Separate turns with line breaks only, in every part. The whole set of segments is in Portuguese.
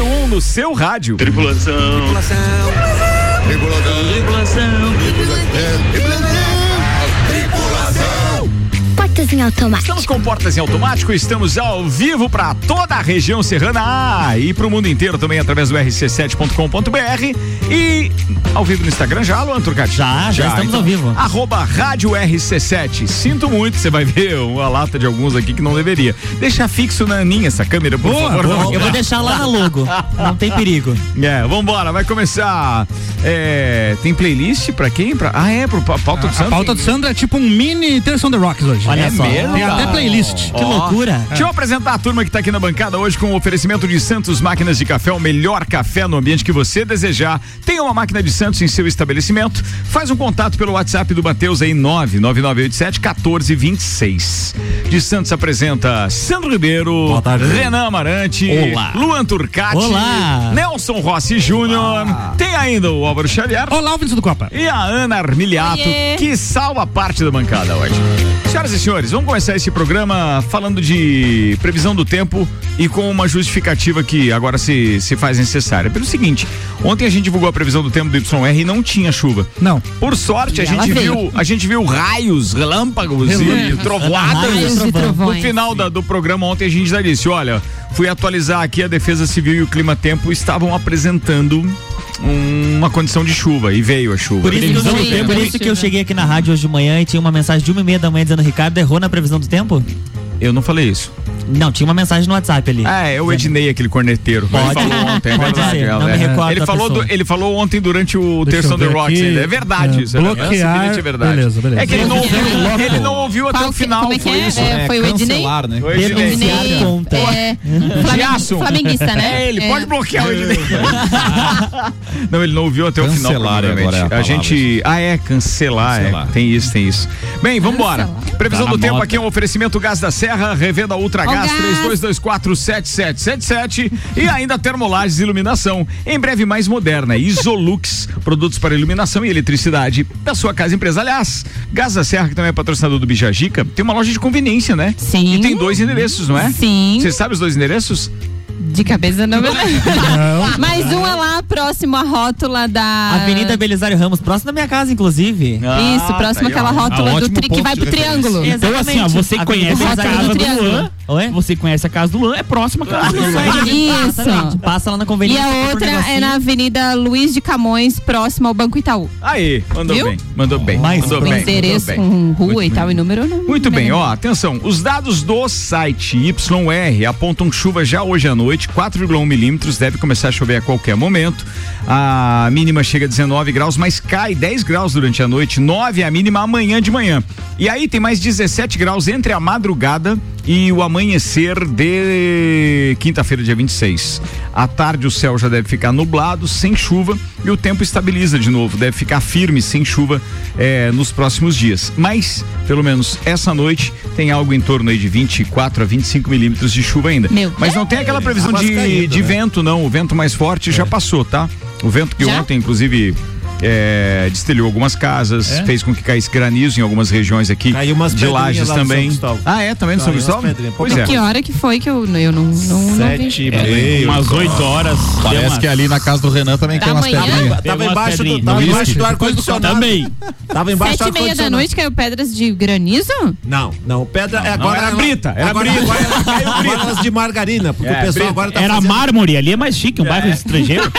um no seu rádio.
Tripulação. Tripulação. Tripulação.
Portas em automático.
Estamos com portas em automático, estamos ao vivo para toda a região serrana ah, e para o mundo inteiro também através do rc7.com.br e ao vivo no Instagram já, Luan Turcati?
Já, já estamos ao vivo.
Arroba Rádio RC7. Sinto muito, você vai ver uma lata de alguns aqui que não deveria. Deixa fixo na Aninha essa câmera, por favor. não.
Eu vou deixar lá na logo. Não tem perigo.
É, vambora, vai começar. É, tem playlist pra quem? Pra, ah, é, pro pa- Pauta do
A
Santos.
pauta do Sandra é tipo um mini Terça on the Rocks hoje.
Olha
É
só.
mesmo,
Tem
Ah,
até playlist.
Que loucura.
Deixa eu apresentar a turma que está aqui na bancada hoje com o oferecimento de Santos Máquinas de Café, o melhor café no ambiente que você desejar. Tem uma máquina de Santos em seu estabelecimento? Faz um contato pelo WhatsApp do Mateus aí 99987 1426. De Santos apresenta Sandro Ribeiro,
tarde.
Renan Amarante,
Olá.
Luan Turcati,
Olá.
Nelson Rossi Júnior. Tem ainda o Álvaro Xavier.
Olá, ouvintes do Copa.
E a Ana Armiliato,
Oiê.
que salva parte da bancada hoje. Senhoras e senhores, vamos começar esse programa falando de previsão do tempo e com uma justificativa que agora se, se faz necessária. Pelo seguinte, ontem a gente divulgou a previsão do tempo do YR e não tinha chuva.
Não.
Por sorte, a
E ela
gente,
veio.
viu, a gente viu raios, relâmpagos e
Relâmpagos.
trovoadas.
Raios e
No
trovões.
final da- do programa ontem a gente já disse, olha, fui atualizar aqui a Defesa Civil e o Clima Tempo estavam apresentando uma condição de chuva e veio a chuva.
Por isso, que eu,
Previsão do
cheguei,
tempo.
por isso que eu cheguei aqui na rádio hoje de manhã e tinha uma mensagem de uma e meia da manhã dizendo Ricardo errou na previsão do tempo?
Eu não falei isso.
Não, tinha uma mensagem no WhatsApp ali.
Ah, é o Ednei, aquele corneteiro.
Pode-
ele falou ontem, é
pode
verdade.
ser,
ela
não me
é.
recordo
ele,
da
falou
pessoa.
do- ele falou ontem durante o
Deixa
Terção
eu
The
ver
Rocks.
aqui.
ainda. É verdade
É,
isso. é verdade.
bloquear-
Lance Smith, é verdade.
beleza, beleza.
É que ele não ouviu, ele não ouviu até
Pau-
o Então, final.
Como é que
foi
é?
isso.
É, foi o Ednei?
né? Foi o Ednei.
Denunciar
Ednei.
conta.
É,
Giasson.
Flamengu- flamenguista, né?
É, ele
É.
pode bloquear o Ednei. não, ele não ouviu até o final.
Cancelar agora é a
provavelmente. a,
palavra.
gente. Ah, é, cancelar. é.
Cancelar.
Tem isso, tem isso. Bem, vambora.
Cancelar.
Previsão
Tá
do
na
tempo
moda.
aqui é um oferecimento Gás da Serra, revenda Ultra Gás
Ó, gás.
32247777 e ainda Termolages e Iluminação. Em breve mais moderna, Isolux, produtos para iluminação e eletricidade da sua casa e empresa. Aliás, Gás da Serra, que também é patrocinador do Bijagica, tem uma loja de conveniência, né?
Sim.
E tem dois endereços, não é?
Sim.
Você sabe os dois endereços?
De cabeça não. Mas um é lá próximo à rótula da.
Avenida Belisário Ramos, próximo da minha casa, inclusive.
Isso, próximo
tá aí, ó.
àquela rótula do
ótimo
tri que
ponto
vai
de
pro
referência.
triângulo.
Exatamente.
Então, assim, ó, você
Avenida
conhece a
Belisário
Rota do
casa do
Triângulo.
Luan.
Oi?
Você conhece a casa do Luan, é próxima à casa do Luan.
Isso.
Passa lá na
E
conveniência.
a
compra um
outra é
negocinho.
na Avenida Luiz de Camões, próximo ao Banco Itaú.
Aí, mandou
Viu?
bem, mandou bem.
Mais
mandou
Com
bem, mandou
endereço,
bem.
com rua e tal, e número não.
Muito
não
bem,
lembro.
ó, atenção. Os dados do site YR apontam chuva já hoje à noite, 4,1 milímetros, deve começar a chover a qualquer momento. A mínima chega a 19 graus, mas cai 10 graus durante a noite, 9 a mínima amanhã de manhã. E aí tem mais 17 graus entre a madrugada e o amanhecer de quinta-feira, dia 26. À tarde o céu já deve ficar nublado, sem chuva, e o tempo estabiliza de novo, deve ficar firme, sem chuva, eh, nos próximos dias. Mas, pelo menos essa noite, tem algo em torno aí de 24 a 25 milímetros de chuva ainda.
Meu
Mas não tem aquela previsão
Tá
de,
Vascaído,
de
né?
vento, não. O vento mais forte
É.
já passou, tá? O vento que
Já?
ontem, inclusive. eh, destelhou algumas casas,
É?
fez com que caísse granizo em algumas regiões aqui
Caiu umas
de
pedrinhas
lajes
lá do São
também.
Cristóvão.
ah, é? Também no São
Caiu umas
Cristóvão?
pedrinhas.
Pois é.
Que hora que foi que eu, eu não, não, não vi?
Sete e
assim.
meia.
Umas 8 horas. deu
Parece
uma-
que ali na casa do Renan também
Da
tem umas
manhã?
pedrinhas.
é Tava
Pegou
embaixo
as
do-
pedrinhas.
tava
No
embaixo
uísque.
do ar-condicionado.
Também.
Tava embaixo
Sete e
do
meia da
né?
ar-condicionado.
noite caiu pedras de granizo?
Não, não. Pedra é agora.
era
ela-
brita, era
agora,
brita.
Agora, ela caiu brita. de margarina, porque
É,
o pessoal
brita.
agora tá
Era
fazendo-
mármore, ali é mais chique, um bairro estrangeiro.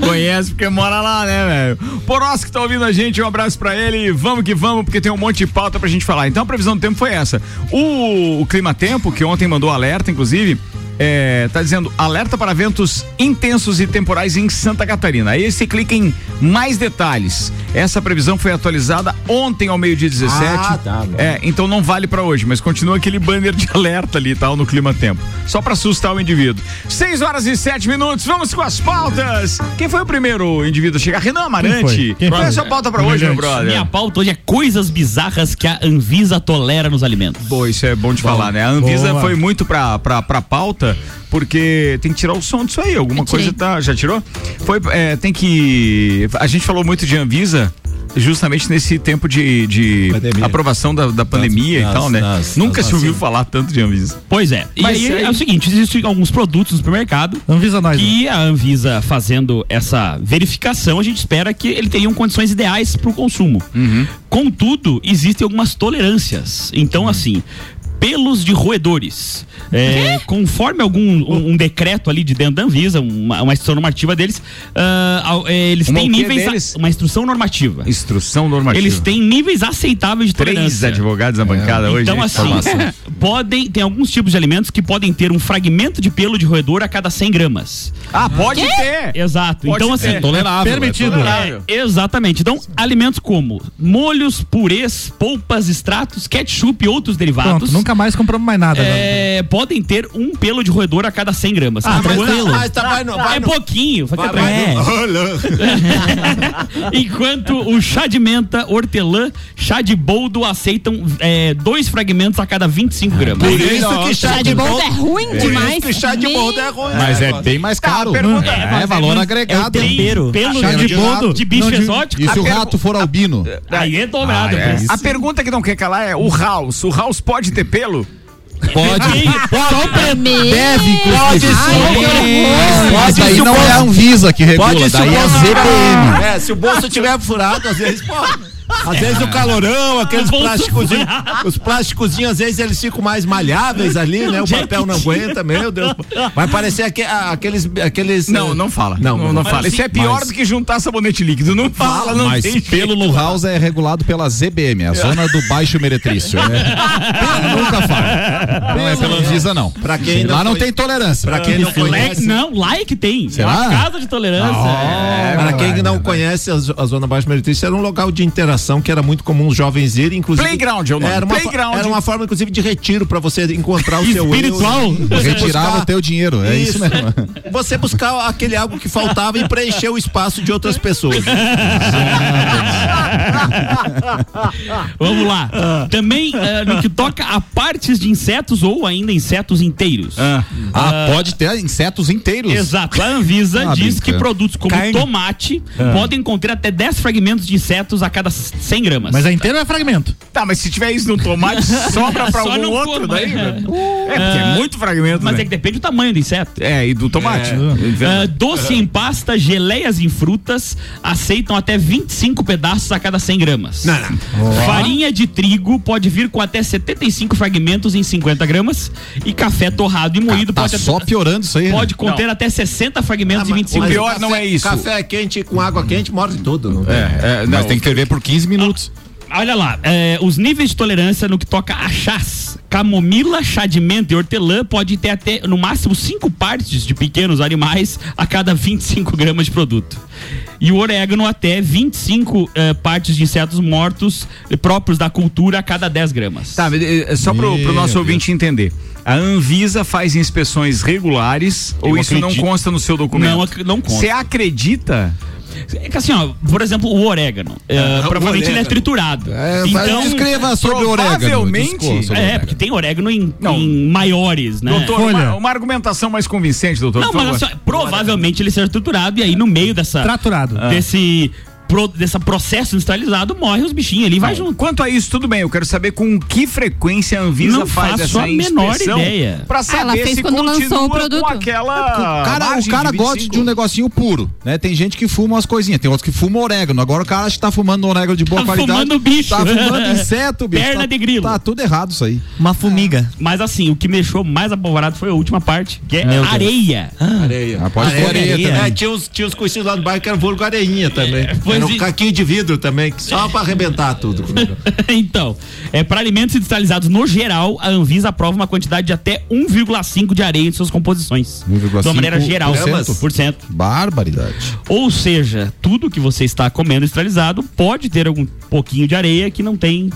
Conhece porque mora lá, né, velho? Porós que tá ouvindo a gente, um abraço pra ele. Vamos que vamos, porque tem um monte de pauta pra gente falar. Então a previsão do tempo foi essa. O, o Clima Tempo, que ontem mandou alerta, inclusive, é, tá dizendo alerta para ventos intensos e temporais em Santa Catarina. Aí você clica em mais detalhes. Essa previsão foi atualizada ontem ao meio-dia 17.
Ah, tá, bom.
É, então não vale pra hoje, mas continua aquele banner de alerta ali e tal no clima tempo. Só pra assustar o indivíduo. 6 horas e 7 minutos, vamos com as pautas. Quem foi o primeiro indivíduo a chegar? Renan Amarante.
foi? Quem
Qual é a
foi?
sua pauta pra hoje, meu brother?
Minha pauta hoje é coisas bizarras que a Anvisa tolera nos alimentos.
Boa, isso é bom de falar, né? A Anvisa foi muito pra, pra, pra pauta, porque tem que tirar o som disso aí. Alguma
Eu tirei.
coisa tá. Já tirou? Foi, é, tem que. A gente falou muito de Anvisa. justamente nesse tempo de, de
Pandemia.
aprovação da, da pandemia
nas-
e tal, né?
nas-
Nunca
nas
se ouviu
vacinas.
falar tanto de Anvisa.
Pois é. E
Mas
aí,
aí-
é o seguinte, existem alguns produtos no supermercado
Anvisa nós. né?
que a Anvisa fazendo essa verificação, a gente espera que ele tenham condições ideais para o consumo.
Uhum.
Contudo, existem algumas tolerâncias. Então,
Uhum.
assim, pelos de roedores. É, conforme algum um, um decreto ali de dentro da Anvisa, uma, uma instrução normativa deles, ah, ao- é, eles
Uma
têm
o quê
níveis. a-
deles?
uma instrução normativa.
Instrução normativa.
Eles têm níveis aceitáveis de
três
tolerância.
advogados na bancada hoje.
Então,
hein?
assim,
Informação.
podem, tem alguns tipos de alimentos que podem ter um fragmento de pelo de roedor a cada 100 gramas.
Ah, pode ter!
Exato.
Pode
então,
ser.
assim,
É
tolerável.
né? Permitido.
Tá
tolerável.
É, exatamente. Então, alimentos como molhos, purês, polpas, extratos, ketchup e outros derivados.
Pronto, nunca mais compramos mais nada. né?
é, podem ter um pelo de roedor a cada 100 gramas.
Ah,
Enquanto-
tranquilo.
Mas tá, vai, não, vai,
é
não.
pouquinho, fica
Vai,
tranquilo.
vai,
É.
não.
Enquanto o chá de menta, hortelã, chá de boldo aceitam é, dois fragmentos a cada 25 gramas.
Por isso que
Chá de boldo é ruim
Por
demais.
isso que chá de
Me-
boldo é ruim.
Mas é
né?
bem mais caro.
pergunta-
é,
um
valor agregado.
tempero.
Pelo
Chá de
de,
boldo.
de bicho
Não, de-
exótico.
E
A
se o
pergu-
rato for albino?
Aí é dobrado.
é.
pô.
A pergunta que não quer calar é: o House, o House pode ter pelo?
Ah, Pode.
Só pra mim.
Pode
Ai,
um
Mas aí não é a Anvisa que regula, daí é a ZBM.
É, se o bolso tiver furado, às vezes pode. Às vezes
é
o É. calorão, aqueles
O bolso
plásticozinhos. Os plásticozinhos, às vezes, eles ficam mais malháveis ali, né? O papel não aguenta, meu Deus. Vai parecer aque- a- aqueles. aqueles
Não,
eh,
não fala.
Não, não fala.
Isso é pior
Mas-
do que juntar sabonete líquido. Não fala, não
Mas
tem
pelo no house é regulado pela ZBM, a zona do baixo meretrício.
né?
É. Nunca fala. Não é pela Anvisa, não.
Pra quem não
Lá não
foi-
tem tolerância.
Pra quem não
Lá é que
conhece.
não, lá é que tem.
Será?
Lá é casa de tolerância.
Ah,
É.
Para quem não conhece, a zo- a Zona Baixa Meritrícia era um local de interação que era muito comum os jovens irem, inclusive.
Playground é o nome.
era uma, fa-
Playground.
Era uma forma, inclusive, de retiro pra você encontrar o seu eu.
Espiritual.
Você
Retirava
buscar-
o teu dinheiro, é isso mesmo.
Você buscar aquele algo que faltava e preencher o espaço de outras pessoas.
Vamos lá.
Ah.
Também eh, no que toca a partes de insetos ou ainda insetos inteiros.
Ah, pode ter insetos inteiros.
Exato. A Anvisa
Ah,
diz
brinca.
que produtos como
Carne.
tomate
Ah.
podem conter até 10 fragmentos de insetos a cada 100 gramas.
Mas é inteiro ou é fragmento?
Tá, mas se tiver isso no tomate, sobra tá pra
Só
algum
no
outro daí?
tomate.
né? É, porque é muito fragmento,
Mas
né?
é que depende do tamanho do inseto.
É, e do tomate.
Ah,
É.
doce em pasta, geleias em frutas aceitam até 25 pedaços a cada 100 gramas. Farinha de trigo pode vir com até 75 fragmentos em 50 gramas. E café torrado e moído
Tá
pode, até-
só piorando isso aí. né?
pode conter até 60 fragmentos em 25
Ah, o pior
café-
não é isso.
Café quente com água quente morre tudo, não tem?
É, é, não.
Mas tem que ferver por 15 minutos.
Olha lá, é, os níveis de tolerância no que toca a chás, camomila, chá de menta e hortelã pode ter até, no máximo, cinco partes de pequenos animais a cada 25 gramas de produto. E o orégano até 25 eh, partes de insetos mortos eh, próprios da cultura a cada 10 gramas.
Tá, mas, é, é só pro, pro
Meu
nosso
Deus.
ouvinte entender. A Anvisa faz inspeções regulares ou
Eu
isso não
acredito.
consta no seu documento?
Não, ac- não conta.
Você acredita?
É que assim, ó, por exemplo, o orégano. eh, provavelmente ele é triturado.
então, escreva sobre o orégano.
provavelmente-
Discorra sobre o
É,
orégano.
porque tem orégano em,
Não.
em maiores, né?
Doutor,
Olha.
uma, uma argumentação mais convincente, doutor.
Não,
por
mas olha
favor.
só, provavelmente ele será triturado e aí no meio dessa.
Traturado.
desse pro, desse processo industrializado, morre os bichinhos ali e vai junto.
Quanto a isso, tudo bem. Eu quero saber com que frequência a Anvisa
Não
faz
faço
essa
a menor
inspeção
ideia.
pra
Ah, ela
saber
fez
se
quando
continua
lançou o produto.
com aquela
tá
O cara,
margem
o cara
de
gosta
25.
de um negocinho puro, né? Tem gente que fuma umas coisinhas, tem outros que fuma orégano. Agora o cara acha que tá fumando orégano de boa
Tá
qualidade.
fumando bicho.
Tá fumando inseto, bicho.
Perna
tá,
de grilo.
Tá tudo errado isso aí.
Uma formiga.
Mas assim, o que me deixou mais apavorado foi a última parte, que é
Meu Deus.
areia.
Areia.
Ah, pode pôr areia
É,
também.
tinha uns, tinha uns coisinhos lá no bairro que era vulgo areinha também.
pois
era um
e-
caquinho de vidro também, que só pra arrebentar tudo.
então, é, para alimentos industrializados no geral, a Anvisa aprova uma quantidade de até 1,5 de areia em suas composições.
1,5
de uma maneira geral,
por cento?
por cento.
Barbaridade.
Ou seja, tudo que você está comendo industrializado pode ter algum pouquinho de areia que não tem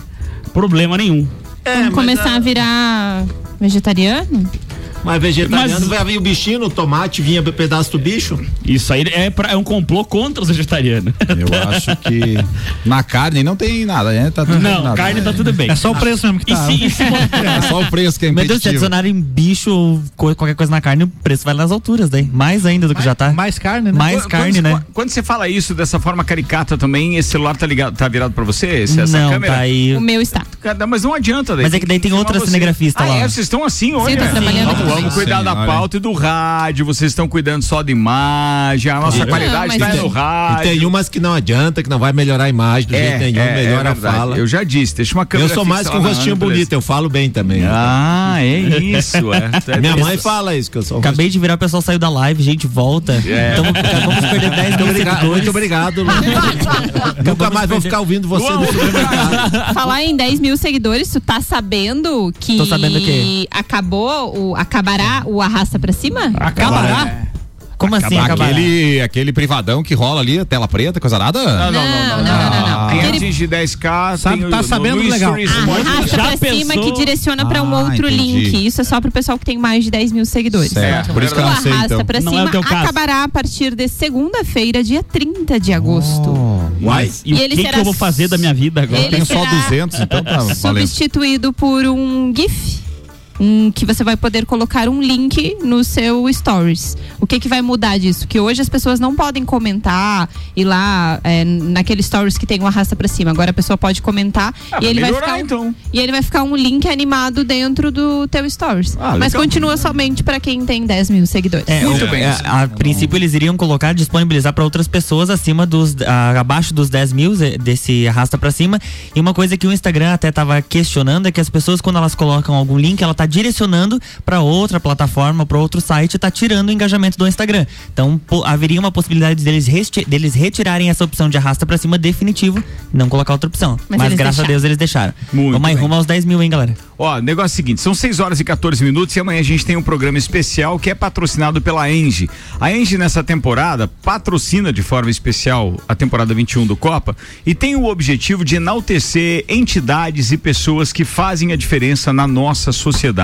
problema nenhum.
É,
Vamos começar a virar vegetariano?
Mas vegetariano,
Mas-
vai vir o bichinho, o tomate, vinha um pedaço do bicho.
Isso aí é, pra- é um complô contra os vegetarianos.
Eu acho que na carne não tem nada, né? Tá tudo
Não,
nada.
carne tá tudo bem.
É só o preço mesmo que
E
tá.
se, e se botar-
É só o preço que é
Meu Deus, se
impeditivo.
adicionarem bicho ou co- qualquer coisa na carne, o preço vai nas alturas daí. Mais ainda do que já tá.
Mais carne, né?
Mais
Quando-
carne,
quando,
né?
Quando você fala isso dessa forma caricata também, esse celular tá ligado, tá virado pra você? Esse- essa
Não,
câmera?
tá aí.
O meu está.
Cada- Mas não adianta daí.
Mas é que daí tem
filmar
outra
você.
cinegrafista
ah,
lá.
É, vocês estão assim hoje.
Sim, tá
né?
trabalhando
Vamos,
aqui.
vamos cuidar da
Senhora.
pauta e do rádio. Vocês estão cuidando só da imagem. A nossa
Não,
qualidade
mas
tá
tem-
no
E
rádio. É,
tem umas que não adianta, que não vai melhorar a imagem do jeito nenhum, melhora a
verdade.
fala.
Eu
Eu,
já disse, deixa uma câmera.
sou
fixa
mais que
lá
um
na
rostinho
âncora.
bonito, eu falo bem também.
Ah, é isso. É.
Minha mãe fala isso, que eu sou um
Acabei de virar, o pessoal saiu da live, gente, volta.
É.
Então acabamos de perder 10 mil
Obrigado,
seguidores.
muito obrigado. Lu. Nunca mais vou ficar ouvindo você no supermercado.
Falar em 10 mil seguidores, tu tá sabendo que
Tô sabendo o quê?
acabou, o, acabará o Arrasta Pra Cima?
Acabará?
Como assim acabar?
Aquele, aquele privadão que rola ali, a tela preta, coisa nada.
Tá
Não, não, não, não. não, não,
não.
Quem
Aquele-
atinge 10k,
Sabe,
tem o-
tá
no-
sabendo
no
legal.
Stories,
Ah,
pode-
Arrasta
Já
pra cima
pensou?
que direciona pra um
Ah,
outro
entendi.
link. Isso é só pro pessoal que tem mais de 10 mil seguidores.
Certo, por isso que eu
o
não sei,
Arrasta
então.
pra
Não
Cima
é o teu caso.
acabará a partir de segunda-feira, dia 30 de agosto.
Oh.
Uai.
E,
E
o
ele
que,
será
que eu vou fazer da minha vida agora?
Ele
Tem só
será
200, então tá valendo.
substituído por um GIF. Um, que você vai poder colocar um link no seu stories. O que, que vai mudar disso? Que hoje as pessoas não podem comentar e lá é, naquele stories que tem um arrasta pra cima. Agora a pessoa pode comentar
Ah,
e
vai
ele
melhorar,
vai ficar um,
então.
e ele vai ficar um link animado dentro do teu stories.
Ah,
Mas
legal.
continua somente pra quem tem 10 mil seguidores.
É,
Muito
o-
bem.
é, a princípio eles iriam colocar, disponibilizar para outras pessoas acima dos, ah, abaixo dos 10 mil eh, desse arrasta para cima. E uma coisa que o Instagram até tava questionando é que as pessoas quando elas colocam algum link, ela tá direcionando para outra plataforma, para outro site, tá tirando o engajamento do Instagram. Então po- haveria uma possibilidade deles, resti- deles retirarem essa opção de arrasta para cima definitivo, não colocar outra opção.
Mas
Mas,
eles
graças
deixaram.
a Deus eles deixaram.
Muito
Vamos aí
bem.
rumo aos 10 mil, hein, galera?
Ó, o negócio é o seguinte, são 6 horas e 14 minutos e amanhã a gente tem um programa especial que é patrocinado pela Engie. A Engie nessa temporada patrocina de forma especial a temporada 21 do Copa e tem o objetivo de enaltecer entidades e pessoas que fazem a diferença na nossa sociedade.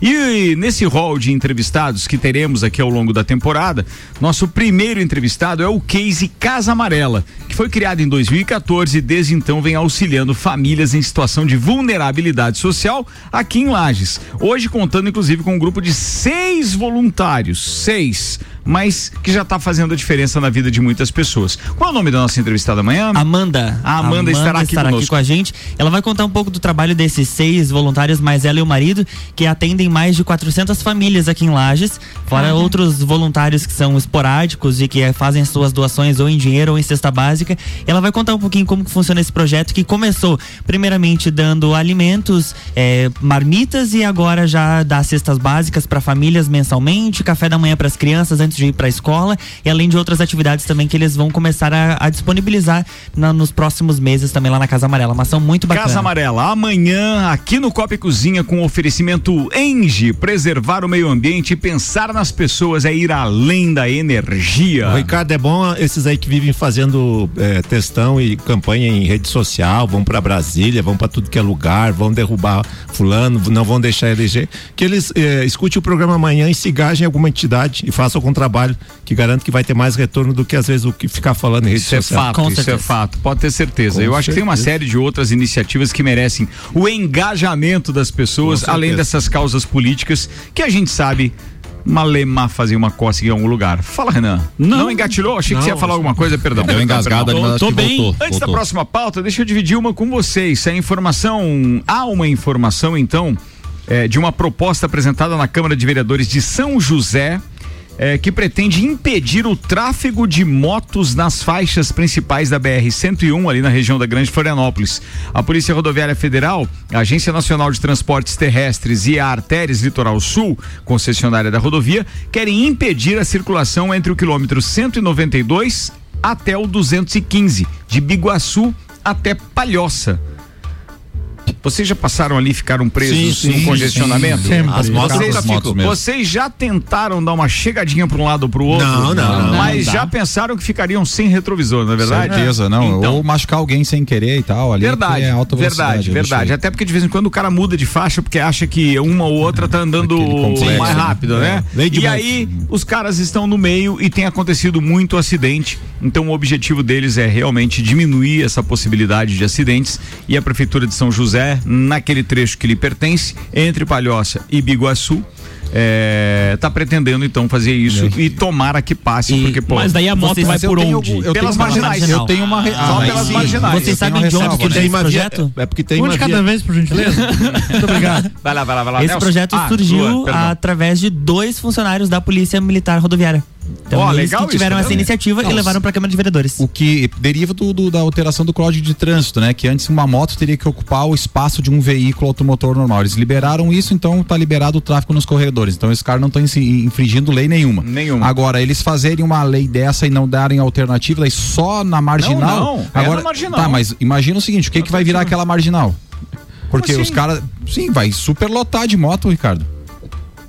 E nesse rol de entrevistados que teremos aqui ao longo da temporada, nosso primeiro entrevistado é o Case Casa Amarela, que foi criado em 2014 e desde então vem auxiliando famílias em situação de vulnerabilidade social aqui em Lages. Hoje contando inclusive com um grupo de seis voluntários, seis, mas que já está fazendo a diferença na vida de muitas pessoas. Qual é o nome da nossa entrevistada
Ah,
amanhã?
Amanda.
A Amanda estará aqui conosco.
com a gente. Ela vai contar um pouco do trabalho desses seis voluntários, mais ela e o marido, que atendem mais de 400 famílias aqui em Lages, fora
Ah.
outros voluntários que são esporádicos e que eh, fazem suas doações ou em dinheiro ou em cesta básica. Ela vai contar um pouquinho como que funciona esse projeto que começou primeiramente dando alimentos, eh, marmitas e agora já dá cestas básicas para famílias mensalmente, café da manhã para as crianças antes de ir para a escola e além de outras atividades também que eles vão começar a, a disponibilizar na- nos próximos meses também lá na Casa Amarela. Uma ação muito bacana.
Casa Amarela, amanhã aqui no Copa e Cozinha com oferecimento Engie, preservar o meio ambiente e pensar nas pessoas é ir além da energia.
O Ricardo, é bom esses aí que vivem fazendo é, textão e campanha em rede social, vão pra Brasília, vão pra tudo que é lugar, vão derrubar fulano, não vão deixar eleger, que eles é, escute o programa amanhã e se engajem em alguma entidade e façam algum trabalho que garanto que vai ter mais retorno do que às vezes o que ficar falando em rede
Isso é
social.
fato,
Com
isso é
certeza.
fato, pode ter certeza.
Com
Eu acho que tem uma
certeza.
série de outras iniciativas que merecem o engajamento das pessoas,
Com
além
certeza.
dessas causas políticas que a gente sabe malemar fazer uma coça em algum lugar. Fala, Renan. Não, engatilhou? Achei que você ia falar alguma coisa, perdão.
Deu engasgada ali, mas
Tô-
acho que
tô bem.
voltou.
Antes da
voltou.
próxima pauta, deixa eu dividir uma com vocês. A informação, há uma informação então é, de uma proposta apresentada na Câmara de Vereadores de São José é, que pretende impedir o tráfego de motos nas faixas principais da BR-101 ali na região da Grande Florianópolis. A Polícia Rodoviária Federal, a Agência Nacional de Transportes Terrestres e a Artérias Litoral Sul, concessionária da rodovia, querem impedir a circulação entre o quilômetro 192 até o 215, de Biguaçu até Palhoça. Vocês já passaram ali e ficaram presos
Sim,
no
sim,
congestionamento?
sim. Sempre.
As motos
Vocês,
as motos mesmo.
vocês já tentaram dar uma chegadinha para um lado ou para o outro?
Não, não, não.
Mas
Não dá.
já pensaram que ficariam sem retrovisor, não é verdade?
Certeza, não.
Então.
Ou machucar alguém sem querer e tal. Ali
Verdade,
que é alta velocidade.
verdade,
eu
verdade.
deixei.
Até porque de vez em quando o cara muda de faixa porque acha que uma ou outra tá andando
Aquele complexo,
mais
né?
rápido, né?
É. Lei de
E
Murphy.
aí os caras estão no meio e tem acontecido muito acidente. Então o objetivo deles é realmente diminuir essa possibilidade de acidentes e a prefeitura de São José, naquele trecho que lhe pertence, entre Palhoça e Biguaçu, é, tá pretendendo então fazer isso
Né?
e tomara que passe, porque pô,
Mas daí a moto
vocês-
vai
Mas eu
por
tenho
onde?
algum- eu
Pelas
tenho uma-
marginais.
Eu tenho uma. re-
Só
mas
pelas
Ah, sim.
marginais.
Eu
Vocês
tenho uma
sabem de onde
ressalva,
que tem
né?
Tem
esse
uma via-
projeto?
É porque tem
Um
uma
de
via-
cada vez, por gentileza. Muito obrigado.
Vai lá, vai lá, vai lá.
Esse
Nelson.
projeto
Ah,
surgiu
Luan, perdão.
através de dois funcionários da Polícia Militar Rodoviária. Então,
Ó,
eles
legal
que tiveram
isso,
essa
né?
iniciativa e levaram para a Câmara de Vereadores.
O que deriva do, do- da alteração do código de trânsito, né? Que antes uma moto teria que ocupar o espaço de um veículo automotor normal. Eles liberaram isso, então tá liberado o tráfego nos corredores. Então esses caras não estão infringindo lei nenhuma.
Nenhuma.
Agora, eles fazerem uma lei dessa e não darem alternativa, daí só na marginal.
Não, não. É
Agora,
na marginal.
Tá, mas imagina o seguinte: o que, que vai virar aquela marginal? Porque
Como
os
assim?
caras. Sim, vai superlotar de moto, Ricardo.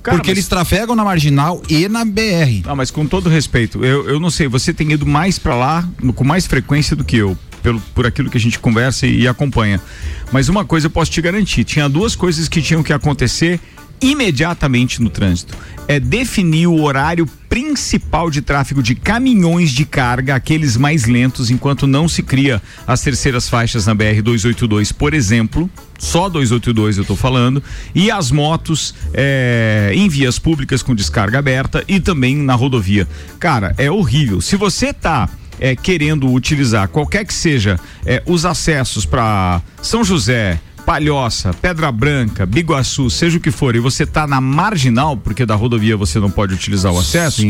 Cara,
porque
mas-
eles trafegam na marginal e na BR.
Não, mas com todo respeito, eu, eu não sei, você tem ido mais pra lá com mais frequência do que eu, pelo, por aquilo que a gente conversa e, e acompanha. Mas uma coisa eu posso te garantir: tinha duas coisas que tinham que acontecer imediatamente no trânsito. É definir o horário principal de tráfego de caminhões de carga, aqueles mais lentos, enquanto não se cria as terceiras faixas na BR-282, por exemplo. Só 282 eu tô falando. E as motos é, em vias públicas com descarga aberta e também na rodovia. Cara, é horrível. Se você tá é, querendo utilizar qualquer que seja é, os acessos para São José. Palhoça, Pedra Branca, Biguaçu, seja o que for, e você tá na marginal, porque da rodovia você não pode utilizar o acesso,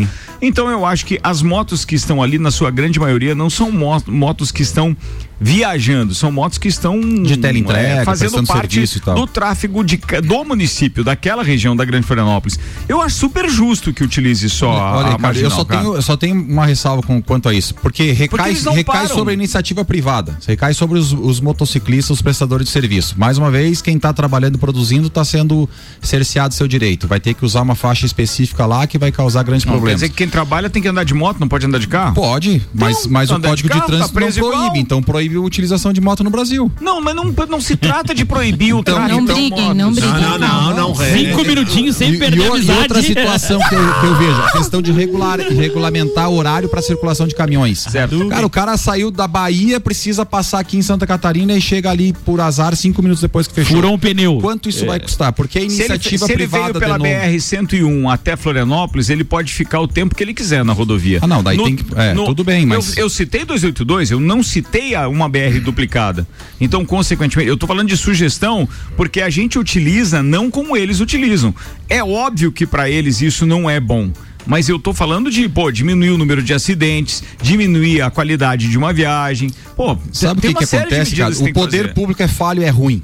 então eu acho que as motos que estão ali, na sua grande maioria, não são mo- motos que estão viajando, são motos que estão
De teleentrega,
Hum, é, fazendo
prestando
parte
serviço e tal.
do tráfego de ca- do município, daquela região da Grande Florianópolis. Eu acho super justo que utilize só a,
Olha,
a
Ricardo,
marginal,
eu só,
Ah, cara.
tenho, eu só tenho uma ressalva com, quanto a isso. Porque
Porque
recai,
eles não
recai
param.
sobre a iniciativa privada. Recai sobre os, os motociclistas, os prestadores de serviço. Mais uma vez, quem está trabalhando, produzindo, está sendo cerceado seu direito. Vai ter que usar uma faixa específica lá que vai causar grandes
Não, quer
problemas.
dizer que quem trabalha tem que andar de moto, não pode andar de carro?
Pode, mas, mas
tá
o
andando
Código
de
de,
carro, tá
Trânsito não
preso
proíbe.
igual.
Então proíbe a utilização de moto no Brasil.
Não, mas não, não se trata de proibir o tráfego.
Então, Não briguem, não briguem.
Não, não, não, não, é.
Cinco minutinhos sem
E-
perder
e,
a
o- e
amizade.
outra situação que eu, que eu vejo, a questão de regular, regulamentar o horário para circulação de caminhões.
Certo.
Cara, o cara saiu da Bahia, precisa passar aqui em Santa Catarina e chega ali por azar cinco minutos depois que fechou.
Furou um pneu.
Quanto isso vai custar? Porque a
Se ele,
iniciativa
se ele
privada
veio pela
de novo-
BR-101 até Florianópolis, ele pode ficar o tempo que ele quiser na rodovia.
Ah, não, daí tem que- é, tudo bem, mas-
Eu, eu citei 282, eu não citei a- uma BR duplicada. Então, consequentemente, eu tô falando de sugestão porque a gente utiliza não como eles utilizam. É óbvio que para eles isso não é bom. Mas eu tô falando de, pô, diminuir o número de acidentes, diminuir a qualidade de uma viagem. Pô,
Sabe o
tem
que,
uma
que
série de
acontece, cara?
medidas que
O
tem que
poder
fazer.
público é falho e é ruim.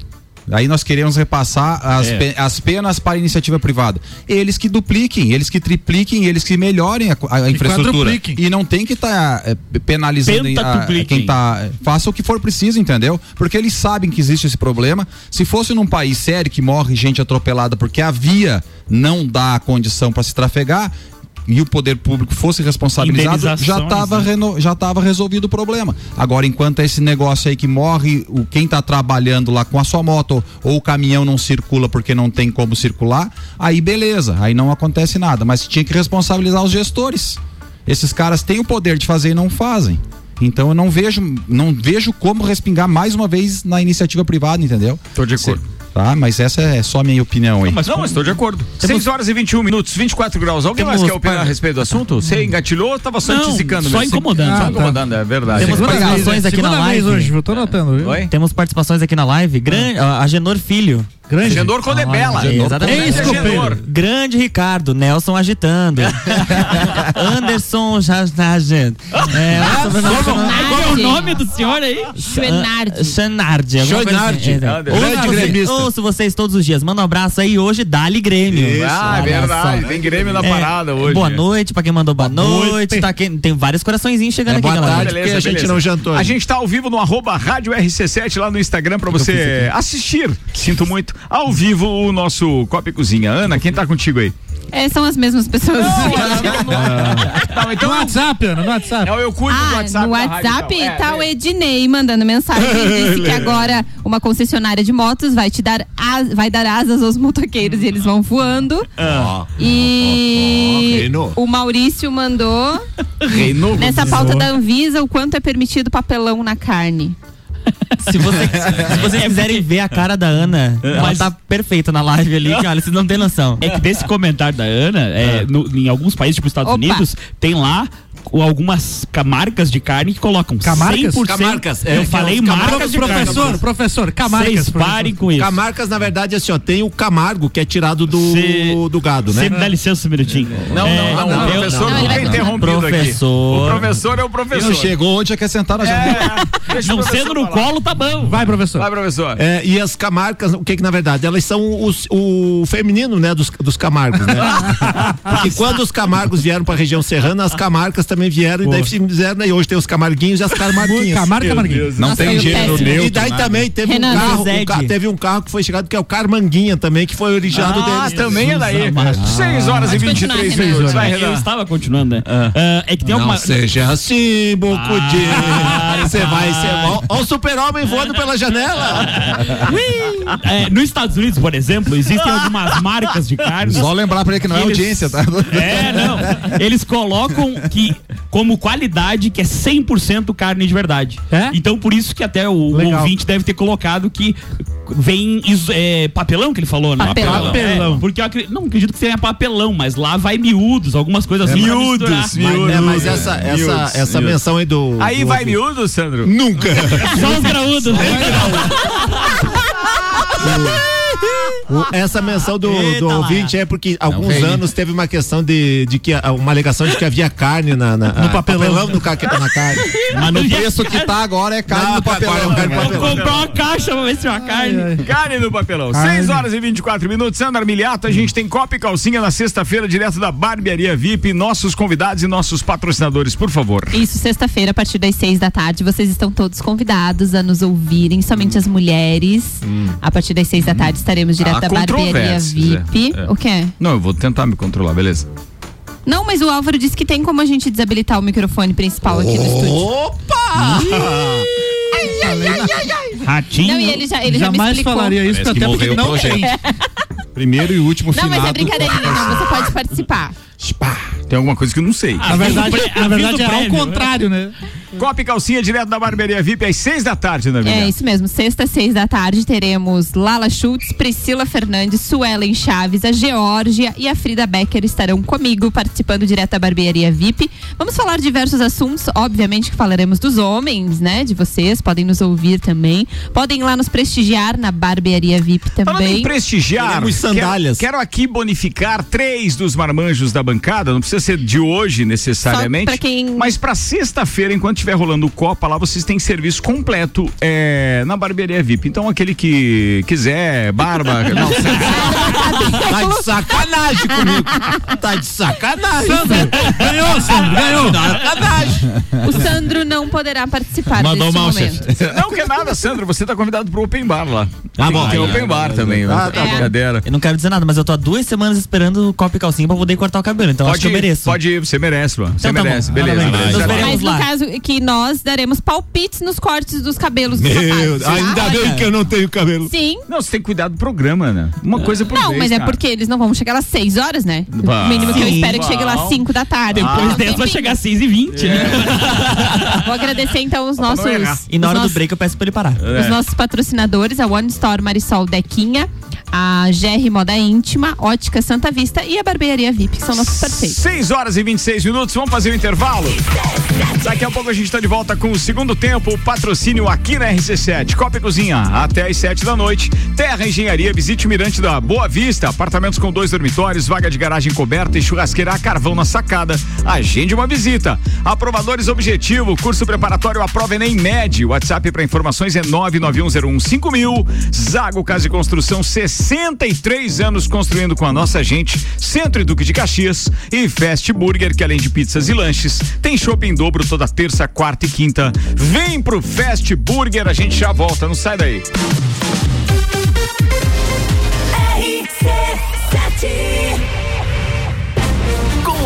Aí nós queremos repassar as,
É.
pe- as penas para a iniciativa privada. Eles que dupliquem, eles que tripliquem, eles que melhorem a, co- a infraestrutura.
quadrupliquem.
E não tem que estar penalizando a- a-
Pentadupliquem.
quem tá. Faça o que for preciso, entendeu? Porque eles sabem que existe esse problema. Se fosse num país sério que morre gente atropelada porque a via não dá a condição para se trafegar. E o poder público fosse responsabilizado, já
Indenizações,
estava
né?
reno- já estava resolvido o problema. Agora, enquanto é esse negócio aí que morre, o quem está trabalhando lá com a sua moto ou o caminhão não circula porque não tem como circular, aí beleza, aí não acontece nada. Mas tinha que responsabilizar os gestores. Esses caras têm o poder de fazer e não fazem. Então eu não vejo, não vejo como respingar mais uma vez na iniciativa privada, entendeu?
Tô de acordo.
Cê- Tá, mas essa é só a minha opinião aí.
Mas não, mas estou de acordo. 6 horas e 21 minutos, 24 graus. Alguém mais
Temos
quer opinar a respeito do assunto? Você engatilhou ou estava
tá
só
Não,
intisicando
né?
só
mesmo?
incomodando.
Só
Ah, tá.
incomodando, é verdade.
Temos
Segunda
participações
vez, né?
aqui na
Segunda vez
live.
hoje, eu tô notando, viu?
Oi?
Temos participações aqui na live. Grande, a a Genor Filho.
Grande.
Agendor quando é bela. é
Olha, exatamente.
Ex-
Agendor.
copeiro.
Grande Ricardo, Nelson agitando. Anderson já tá agindo. É, o sobrenome-
Ah,
Qual é o nome do senhor aí?
Schwenard.
Schenardi. Ah, alguma coisa assim. É, é.
Anderson.
Grande gremista.
Ouço, ouço vocês todos os dias. Manda um abraço aí hoje, Dali Grêmio.
Ah, é
Olha
verdade.
só.
Tem Grêmio na
É,
parada hoje.
Boa noite pra quem mandou boa, noite. Tá quem, tem vários coraçõezinhos chegando aqui, galera.
tarde, porque a gente não jantou
A
ainda.
gente tá ao vivo no arroba Rádio RC7 lá no Instagram pra você assistir. Sinto muito. Ao vivo o nosso Copa e Cozinha. Ana, quem tá contigo aí?
É, são as mesmas pessoas.
Não, então
No WhatsApp, Ana, no WhatsApp.
é o eu cuido do
Ah,
WhatsApp.
no
da rádio,
WhatsApp
então. É,
tá o
é.
Ednei mandando mensagem. Ele disse que agora uma concessionária de motos vai te dar as- vai dar asas aos motoqueiros e eles vão voando.
Ah.
Ó, ó, ó,
E
reinou.
o Maurício mandou
Reinou.
nessa pauta da Anvisa o quanto é permitido papelão na carne.
Se, você-
É
se vocês quiserem ver a cara da Ana, ela
Mas-
tá perfeita na live ali, que, olha, vocês não têm noção.
É que desse comentário da Ana,
Ah.
é, no- em alguns países, tipo Estados
Opa.
Unidos, tem lá o- algumas ca- marcas de carne que colocam
Camarcas?
100%.
Camarcas, é,
eu
que
falei
é os
marcas de
Professor, professor,
carne.
Camargas.
Vocês parem com isso.
Camarcas, na verdade, assim, ó, tem o Camargo, que é tirado do,
Se-
do gado, né?
Você me dá licença um minutinho. É,
Não, não, não, O
eu-
professor
não,
não,
ele
é
tá
vai-
interrompido
Professor.
aqui. O professor é o
Ele
professor.
chegou onde acrescentaram a jantar.
É, deixa o
Não
professor
sendo no
falar.
colo, tá bom.
Vai, professor.
Vai, professor.
É, e as Camarcas, o que que na verdade? Elas são os- o feminino, né, dos, dos Camargos, né? Porque quando os Camargos vieram pra região serrana, as Camarcas também vieram e daí fizeram, né, e hoje tem os Camarguinhos e as Camarguinhas.
Camargo, Camarguinho.
Não
Nossa,
tem
eu
gênero
péssimo.
neutro.
E daí
nada.
também teve
Renan,
um, carro,
Zed.
um ca- teve um carro que foi chegado que é o Carmanguinha também, que foi originado
Ah,
deles.
também é daí. 6 horas e
Pode
23
continuar,
minutos.
Renan.
Vai,
Eu
Renan.
estava continuando, né? Ah, é que tem
Não
alguma.
seja assim, Bocudinho.
Para,
Você vai, você
para.
vai. Ó, o super-homem voando pela janela.
É, nos Estados Unidos, por exemplo, existem algumas marcas de carne.
Só lembrar pra ele que não é
Eles-
audiência, tá?
É, não. Eles colocam que como qualidade que é 100% carne de verdade.
É?
Então por isso que até o
Legal.
ouvinte deve ter colocado que vem iso- é, papelão que ele falou, né?
Papelão.
Papelão.
É, porque eu acredito, não acredito que tenha papelão, mas lá vai miúdos, algumas coisas assim pra
miúdos,
misturar.
miúdos.
Mas, né, mas essa, essa, essa menção aí do.
Aí
do
vai
ouvinte.
miúdo, Sandro?
Nunca.
Só um os graúdos.
O- Essa menção do, do ouvinte é porque há alguns
vem.
anos teve uma questão de, de que ah, uma alegação de que havia carne na, na- ah,
papelão.
no ca- na carne.
Mas
O preço que tá agora é caro
Não,
no papelão.
um
agora é caro no
né?
Vou comprar uma caixa pra ver se é uma carne.
Carne no papelão.
Carne.
6 horas e 24 minutos. Sandra Miliato, a gente tem Copa e Calcinha na sexta-feira, direto da Barbearia VIP. Nossos convidados e nossos patrocinadores, por favor.
Isso, sexta-feira, a partir das seis da tarde, vocês estão todos convidados a nos ouvirem, somente as mulheres. A partir das seis da tarde estaremos direto
Hum. Há
da barbearia
controvérsias,
VIP.
é, é.
O quê?
Não, eu vou tentar me controlar, beleza?
Não, mas o Álvaro disse que tem como a gente desabilitar o microfone principal aqui
Oh,
no estúdio.
Ratinho.
Não, e ele já, ele já me
Jamais
explicou.
falaria isso,
Parece
até
que
porque
morreu o
não tem.
projeto. Primeiro e último
Não,
final.
mas é brincadeirinha, não. Você pode participar.
Tem alguma coisa que eu não sei.
Ah.
Na verdade,
Avisa o
na verdade é ao
prévio, né?
contrário, né?
Copa e Calcinha, direto da Barbearia VIP, às 6 da tarde, Ana
É
Miliato.
isso mesmo. Sexta, seis da tarde, teremos Lala Schultz, Priscila Fernandes, Suelen Chaves, a Geórgia e a Frida Becker estarão comigo, participando direto da barbearia VIP. Vamos falar de diversos assuntos, obviamente que falaremos dos homens, né? De vocês, podem nos ouvir também. Podem ir lá nos prestigiar na barbearia VIP
Falando em
também.
prestigiar,
Queremos sandálias.
Quero, quero aqui bonificar três dos marmanjos da bancada. Não precisa ser de hoje necessariamente.
Só pra quem-
Mas pra sexta-feira, enquanto estiver rolando o Copa, lá vocês têm serviço completo é, na barbearia VIP. Então aquele que quiser, barba. não,
Tá de sacanagem comigo. Tá de sacanagem.
Ganhou, Sandro, ganhou.
O Sandro não poderá participar
Mandou
deste
mal,
momento.
não quer nada, Sandro. Você tá convidado pro open bar lá.
Ah,
tem,
bom.
tem
Ah,
open
é,
bar
é,
também.
é.
né?
Ah, tá bom.
Brincadeira.
Eu não quero dizer nada, mas eu tô há duas semanas esperando o copo e calcinha pra poder cortar o cabelo, então acho que eu mereço.
pode ir, você merece, Luan. Você
Então tá
merece,
bom.
beleza.
Parabéns.
beleza.
Nos veremos
Mas no
lá.
caso que nós daremos palpites nos cortes dos cabelos dos rapazes. tá?
ainda bem que eu não tenho cabelo.
Sim,
Não, você tem que cuidar do programa, né? Uma coisa por
Não,
vez,
mas é
cara.
porque eles não vão chegar lá às 6 horas, né?
Vão.
o mínimo que eu
Sim,
espero é que chegue lá às
vão.
5 da tarde.
Depois
Então,
dessa vai
enfim,
chegar às 6h20,
É.
né?
Vou agradecer então os
pra não
nossos.
errar.
E
os
na
é
hora do
nossos-
break eu peço pra ele parar.
É.
Os nossos patrocinadores, a One Store Marisol Dequinha, a GR Moda Íntima, Ótica Santa Vista e a Barbearia VIP, que são nossos parceiros.
6 horas e 26 minutos, vamos fazer o intervalo? Daqui a pouco a gente está de volta com o segundo tempo, o patrocínio aqui na RC7. Copa e Cozinha, até às 7 da noite. Terra Engenharia, visite o Mirante da Boa Vista, apartamentos com dois dormitórios, vaga de garagem coberta e churrasqueira a carvão na sacada. Agende uma visita. Aprovadores Objetivo, curso preparatório à prova Enem Med. WhatsApp para informações é 991015000. Zago Casa de Construção, 63 anos construindo com a nossa gente. Centro e Duque de Caxias e Fast Burger, que além de pizzas e lanches, tem shopping em dobro toda terça, quarta e quinta. Vem pro Fast Burger, a gente já volta, não sai daí.
Com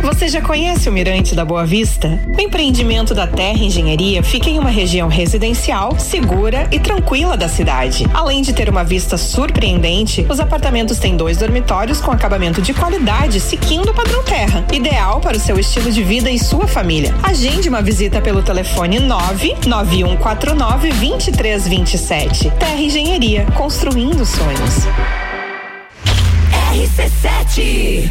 Você já conhece o Mirante da Boa Vista? O empreendimento da Terra Engenharia fica em uma região residencial, segura e tranquila da cidade. Além de ter uma vista surpreendente, os apartamentos têm dois dormitórios com acabamento de qualidade, seguindo o padrão Terra, ideal para o seu estilo de vida e sua família. Agende uma visita pelo telefone 99149 2327. Terra Engenharia, construindo sonhos.
RC7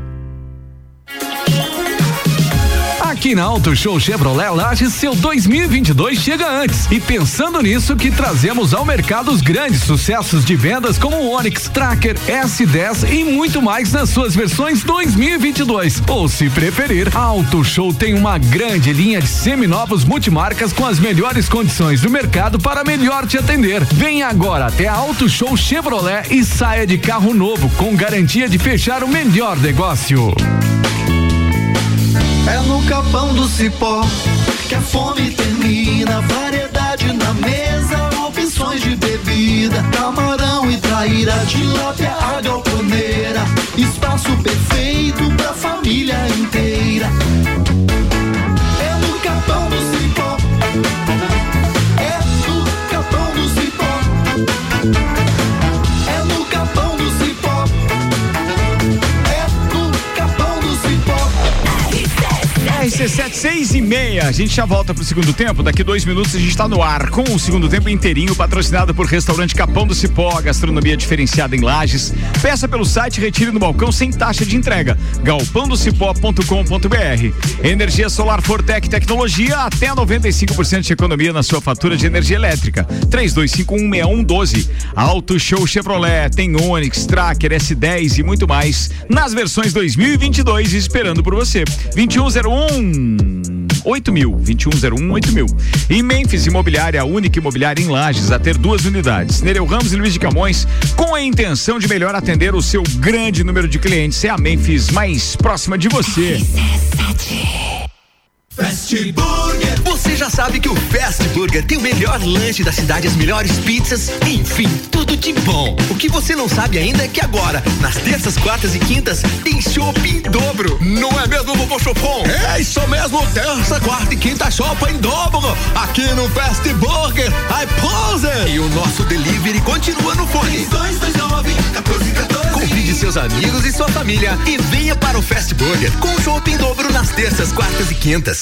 Aqui na Auto Show Chevrolet Lages, seu 2022 chega antes. E pensando nisso, que trazemos ao mercado os grandes sucessos de vendas como o Onix, Tracker, S10 e muito mais nas suas versões 2022. Ou se preferir, a Auto Show tem uma grande linha de seminovos multimarcas com as melhores condições do mercado para melhor te atender. Venha agora até a Auto Show Chevrolet e saia de carro novo com garantia de fechar o melhor negócio.
É no capão do cipó que a fome termina. Variedade na mesa, opções de bebida. Camarão e traíra, tilápia, a galponeira. Espaço perfeito pra família inteira. É no capão do cipó. É no capão do cipó. É no capão do cipó. É no capão do cipó.
RC7, 6 e meia. A gente já volta pro segundo tempo. Daqui dois minutos a gente tá no ar com o segundo tempo inteirinho, patrocinado por Restaurante Capão do Cipó, gastronomia diferenciada em Lages. Peça pelo site, retire no balcão sem taxa de entrega. galpandocipó.com.br. Energia Solar Fortec Tecnologia, até 95% de economia na sua fatura de energia elétrica. 32516112. Auto Show Chevrolet, tem Onix, Tracker, S10 e muito mais nas versões 2022 esperando por você. 2101 8000, 2101 8000. um, Em Memphis Imobiliária, a única imobiliária em Lages a ter duas unidades, Nereu Ramos e Luiz de Camões, com a intenção de melhor atender o seu grande número de clientes. É a Memphis mais próxima de você.
Fast Burger. Você já sabe que o Fast Burger tem o melhor lanche da cidade, as melhores pizzas, enfim, tudo de bom. O que você não sabe ainda é que agora, nas terças, quartas e quintas, tem shopping em dobro. Não é mesmo, vovô Chopon? É isso mesmo, terça, quarta e quinta, shopping em dobro, aqui no Fast Burger, iPose. E o nosso delivery continua no fone. 229 14 14. Convide seus seus amigos e sua família e venha para o Fast Burger com show em dobro nas terças, quartas e quintas.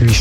Me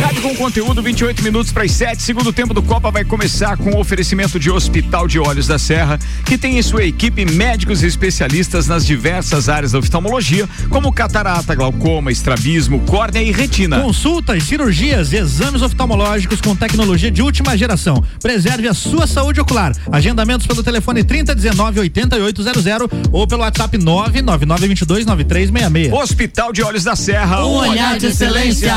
Rádio com conteúdo, 28 minutos para as 7. Segundo tempo do Copa vai começar com o oferecimento de Hospital de Olhos da Serra, que tem em sua equipe médicos e especialistas nas diversas áreas da oftalmologia, como catarata, glaucoma, estrabismo, córnea e retina.
Consultas, cirurgias, exames oftalmológicos com tecnologia de última geração. Preserve a sua saúde ocular. Agendamentos pelo telefone 3019 8800 ou pelo WhatsApp 99922 9366.
Hospital de Olhos da Serra.
Um olhar de excelência.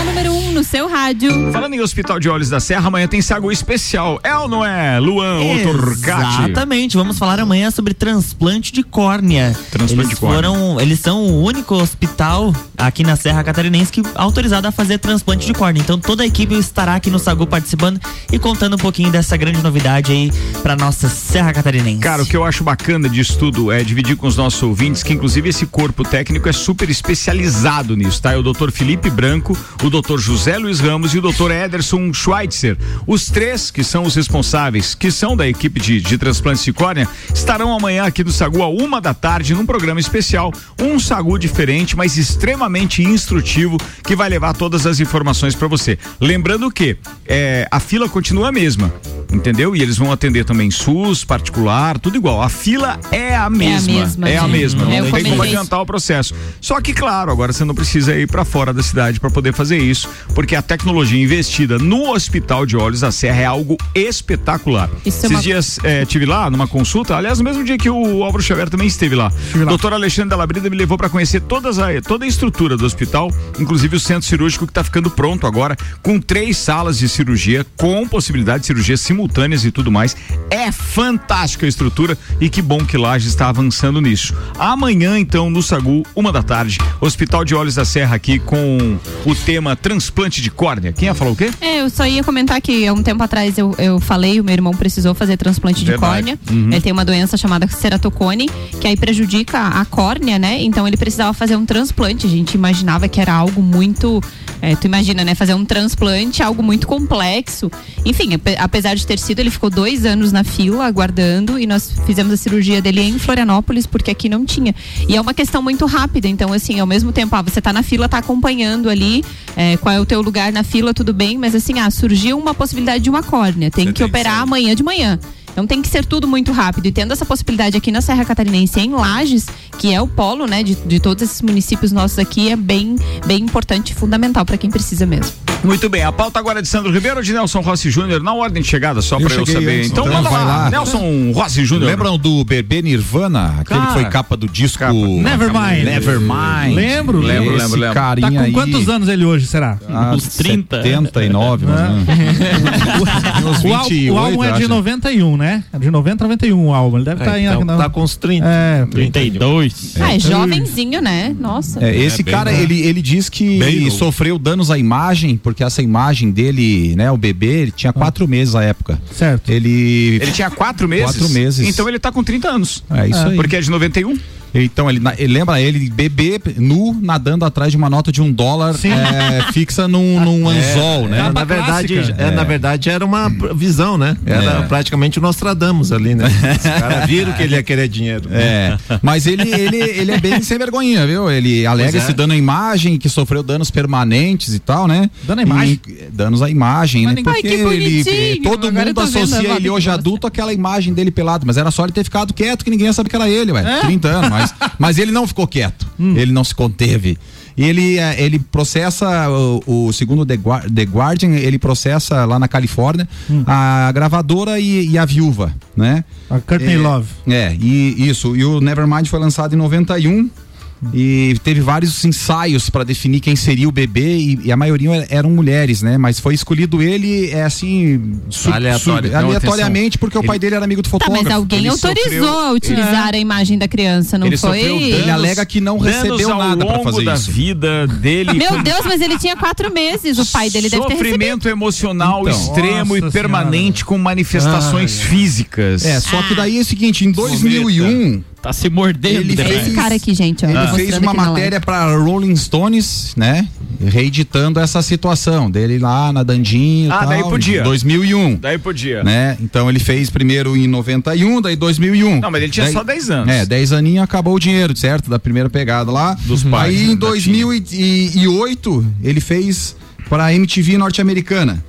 A número 1 um no seu rádio.
Falando em Hospital de Olhos da Serra, amanhã tem sagu especial. É ou não é, Luan Otorcati?
Exatamente, vamos falar amanhã sobre transplante de córnea.
Transplante
eles
de córnea.
Foram, eles são o único hospital aqui na Serra Catarinense que é autorizado a fazer transplante de córnea. Então toda a equipe estará aqui no Sagu participando e contando um pouquinho dessa grande novidade aí para nossa Serra Catarinense.
Cara, o que eu acho bacana disso tudo é dividir com os nossos ouvintes que, inclusive, esse corpo técnico é super especializado nisso, tá? É o doutor Felipe Branco, o doutor José Luiz Ramos e o doutor Ederson Schweitzer. Os três que são os responsáveis, que são da equipe de, de transplantes de córnea, estarão amanhã aqui no Sagu a uma da tarde num programa especial, um Sagu diferente, mas extremamente instrutivo, que vai levar todas as informações para você. Lembrando que é, a fila continua a mesma, entendeu? E eles vão atender também SUS, particular, tudo igual. A fila é a mesma. É a mesma.
mesma, gente.
Não
Eu
tem como
comentei isso.
adiantar o processo. Só que, claro, agora você não precisa ir para fora da cidade para poder fazer isso, porque a tecnologia investida no Hospital de Olhos da Serra é algo espetacular.
Isso é
Esses
uma-
dias eh, tive lá numa consulta, aliás, no mesmo dia que o Álvaro Xavier também esteve lá. O doutor Alexandre da Labrida me levou para conhecer todas a- toda a estrutura do hospital, inclusive o centro cirúrgico que está ficando pronto agora, com três salas de cirurgia, com possibilidade de cirurgias simultâneas e tudo mais. É fantástica a estrutura e que bom que Laje está avançando nisso. Amanhã, então, no Sagu, uma da tarde, Hospital de Olhos da Serra aqui com o tema transplante de córnea. Quem ia falar o quê?
É, eu só ia comentar que há um tempo atrás eu, eu falei, o meu irmão precisou fazer transplante de
Verdade.
córnea.
Uhum.
Ele tem uma doença chamada ceratocone, que aí prejudica a córnea, né? Então ele precisava fazer um transplante. A gente imaginava que era algo muito. é, tu imagina, né? Fazer um transplante, algo muito complexo. Enfim, ape- apesar de ter sido, ele ficou dois anos na fila aguardando e nós fizemos a cirurgia dele em Florianópolis, porque aqui não tinha. E é uma questão muito rápida. Então, assim, ao mesmo tempo, ah, você tá na fila, tá acompanhando ali é, qual é o teu lugar na fila, tudo bem, mas assim, ah, surgiu uma possibilidade de uma córnea. Tem que operar amanhã de manhã. Então tem que ser tudo muito rápido. E tendo essa possibilidade aqui na Serra Catarinense, em Lages, que é o polo, né, de, de todos esses municípios nossos aqui, é bem, bem importante e fundamental para quem precisa mesmo.
Muito bem, a pauta agora é de Sandro Ribeiro ou de Nelson Rossi Júnior, na ordem de chegada, só
Eu
para eu
cheguei
saber.
antes,
então
então
manda
vai
lá,
lá.
Nelson Rossi Júnior.
Lembram do bebê Nirvana? Aquele
Cara.
que foi capa do disco
Nevermind.
Nevermind.
Lembro,
lembro,
lembro.
lembro, lembro.
Tá com quantos anos ele hoje, será?
Uns 30. 79, mais ou menos. Uns
O, al-
28,
o álbum é de
acho.
91, né? É de 90 91 o álbum. Ele deve
É,
estar em.
então tá
com uns
um.
30. É,
32.
Ah, é jovenzinho, né? Nossa.
então, É, esse cara, ele, ele diz que
Bem novo.
sofreu danos à imagem, porque essa imagem dele, né, o bebê, ele tinha quatro meses à época.
Certo.
Ele.
Ele tinha quatro meses?
Quatro meses.
Então ele tá com 30 anos.
É isso aí.
Porque é de 91?
Então, ele, na- ele- lembra ele, bebê nu, nadando atrás de uma nota de um dólar é, fixa num, num anzol,
É
né?
na é verdade, é, na verdade era uma visão, né? Era
É.
praticamente o Nostradamus ali, né? Os caras viram que ele ia querer dinheiro.
É, mas ele, ele, ele é bem sem vergonhinha, viu? Ele alega
Pois é.
se dando a imagem, que sofreu danos permanentes e tal, né? Dano
à imagem?
danos à imagem,
Mas
né?
ninguém- Ai,
Porque
que
ele,
bonitinho! Agora
todo
eu
mundo
tô vendo a
associa
foto
ele
que
hoje adulto àquela imagem dele pelado, mas era só ele ter ficado quieto que ninguém ia saber que era ele, ué.
É? Hum.
30 anos, mas, mas ele não ficou quieto. Ele não se conteve. E Ele, eh, ele processa, o, o segundo The, Guar- The Guardian, ele processa lá na Califórnia
Hum.
a gravadora e- e a viúva, né?
A Courtney
É,
Love.
É, e isso. E o Nevermind foi lançado em 91. E teve vários ensaios para definir quem seria o bebê e, e a maioria er- eram mulheres, né? Mas foi escolhido ele, é assim, su-
Aleatório.
su-
Não,
aleatoriamente,
atenção.
porque o pai
Ele-
dele era amigo do
Tá,
fotógrafo.
mas alguém
Ele
autorizou
sofreu-
a utilizar a imagem da criança, não
Ele
foi?
sofreu danos- Ele alega que não
danos
recebeu
ao
nada pra
longo
fazer
da
isso.
vida dele.
Meu Deus, mas ele tinha quatro meses. O pai dele deve ter recebido.
Sofrimento emocional
Então.
extremo e
Nossa
permanente com manifestações físicas.
É, só
Ah.
que daí é o seguinte, em 2001,
Tá se mordendo.
Ele
né?
É esse cara aqui, gente. Ó,
Ele
tô mostrando
um,
é.
fez uma
aqui na live.
matéria para Rolling Stones, né? Reeditando essa situação dele lá nadandinho. e
Ah,
tal,
daí podia.
em 2001.
Daí podia.
Né? Então ele fez primeiro em 91, daí 2001.
Não, mas ele tinha
Daí-
só 10 anos.
É, 10 aninhos acabou o dinheiro, certo? Da primeira pegada lá. Uhum.
Dos pais,
Aí
né,
em
da
2008 ele fez pra MTV norte-americana.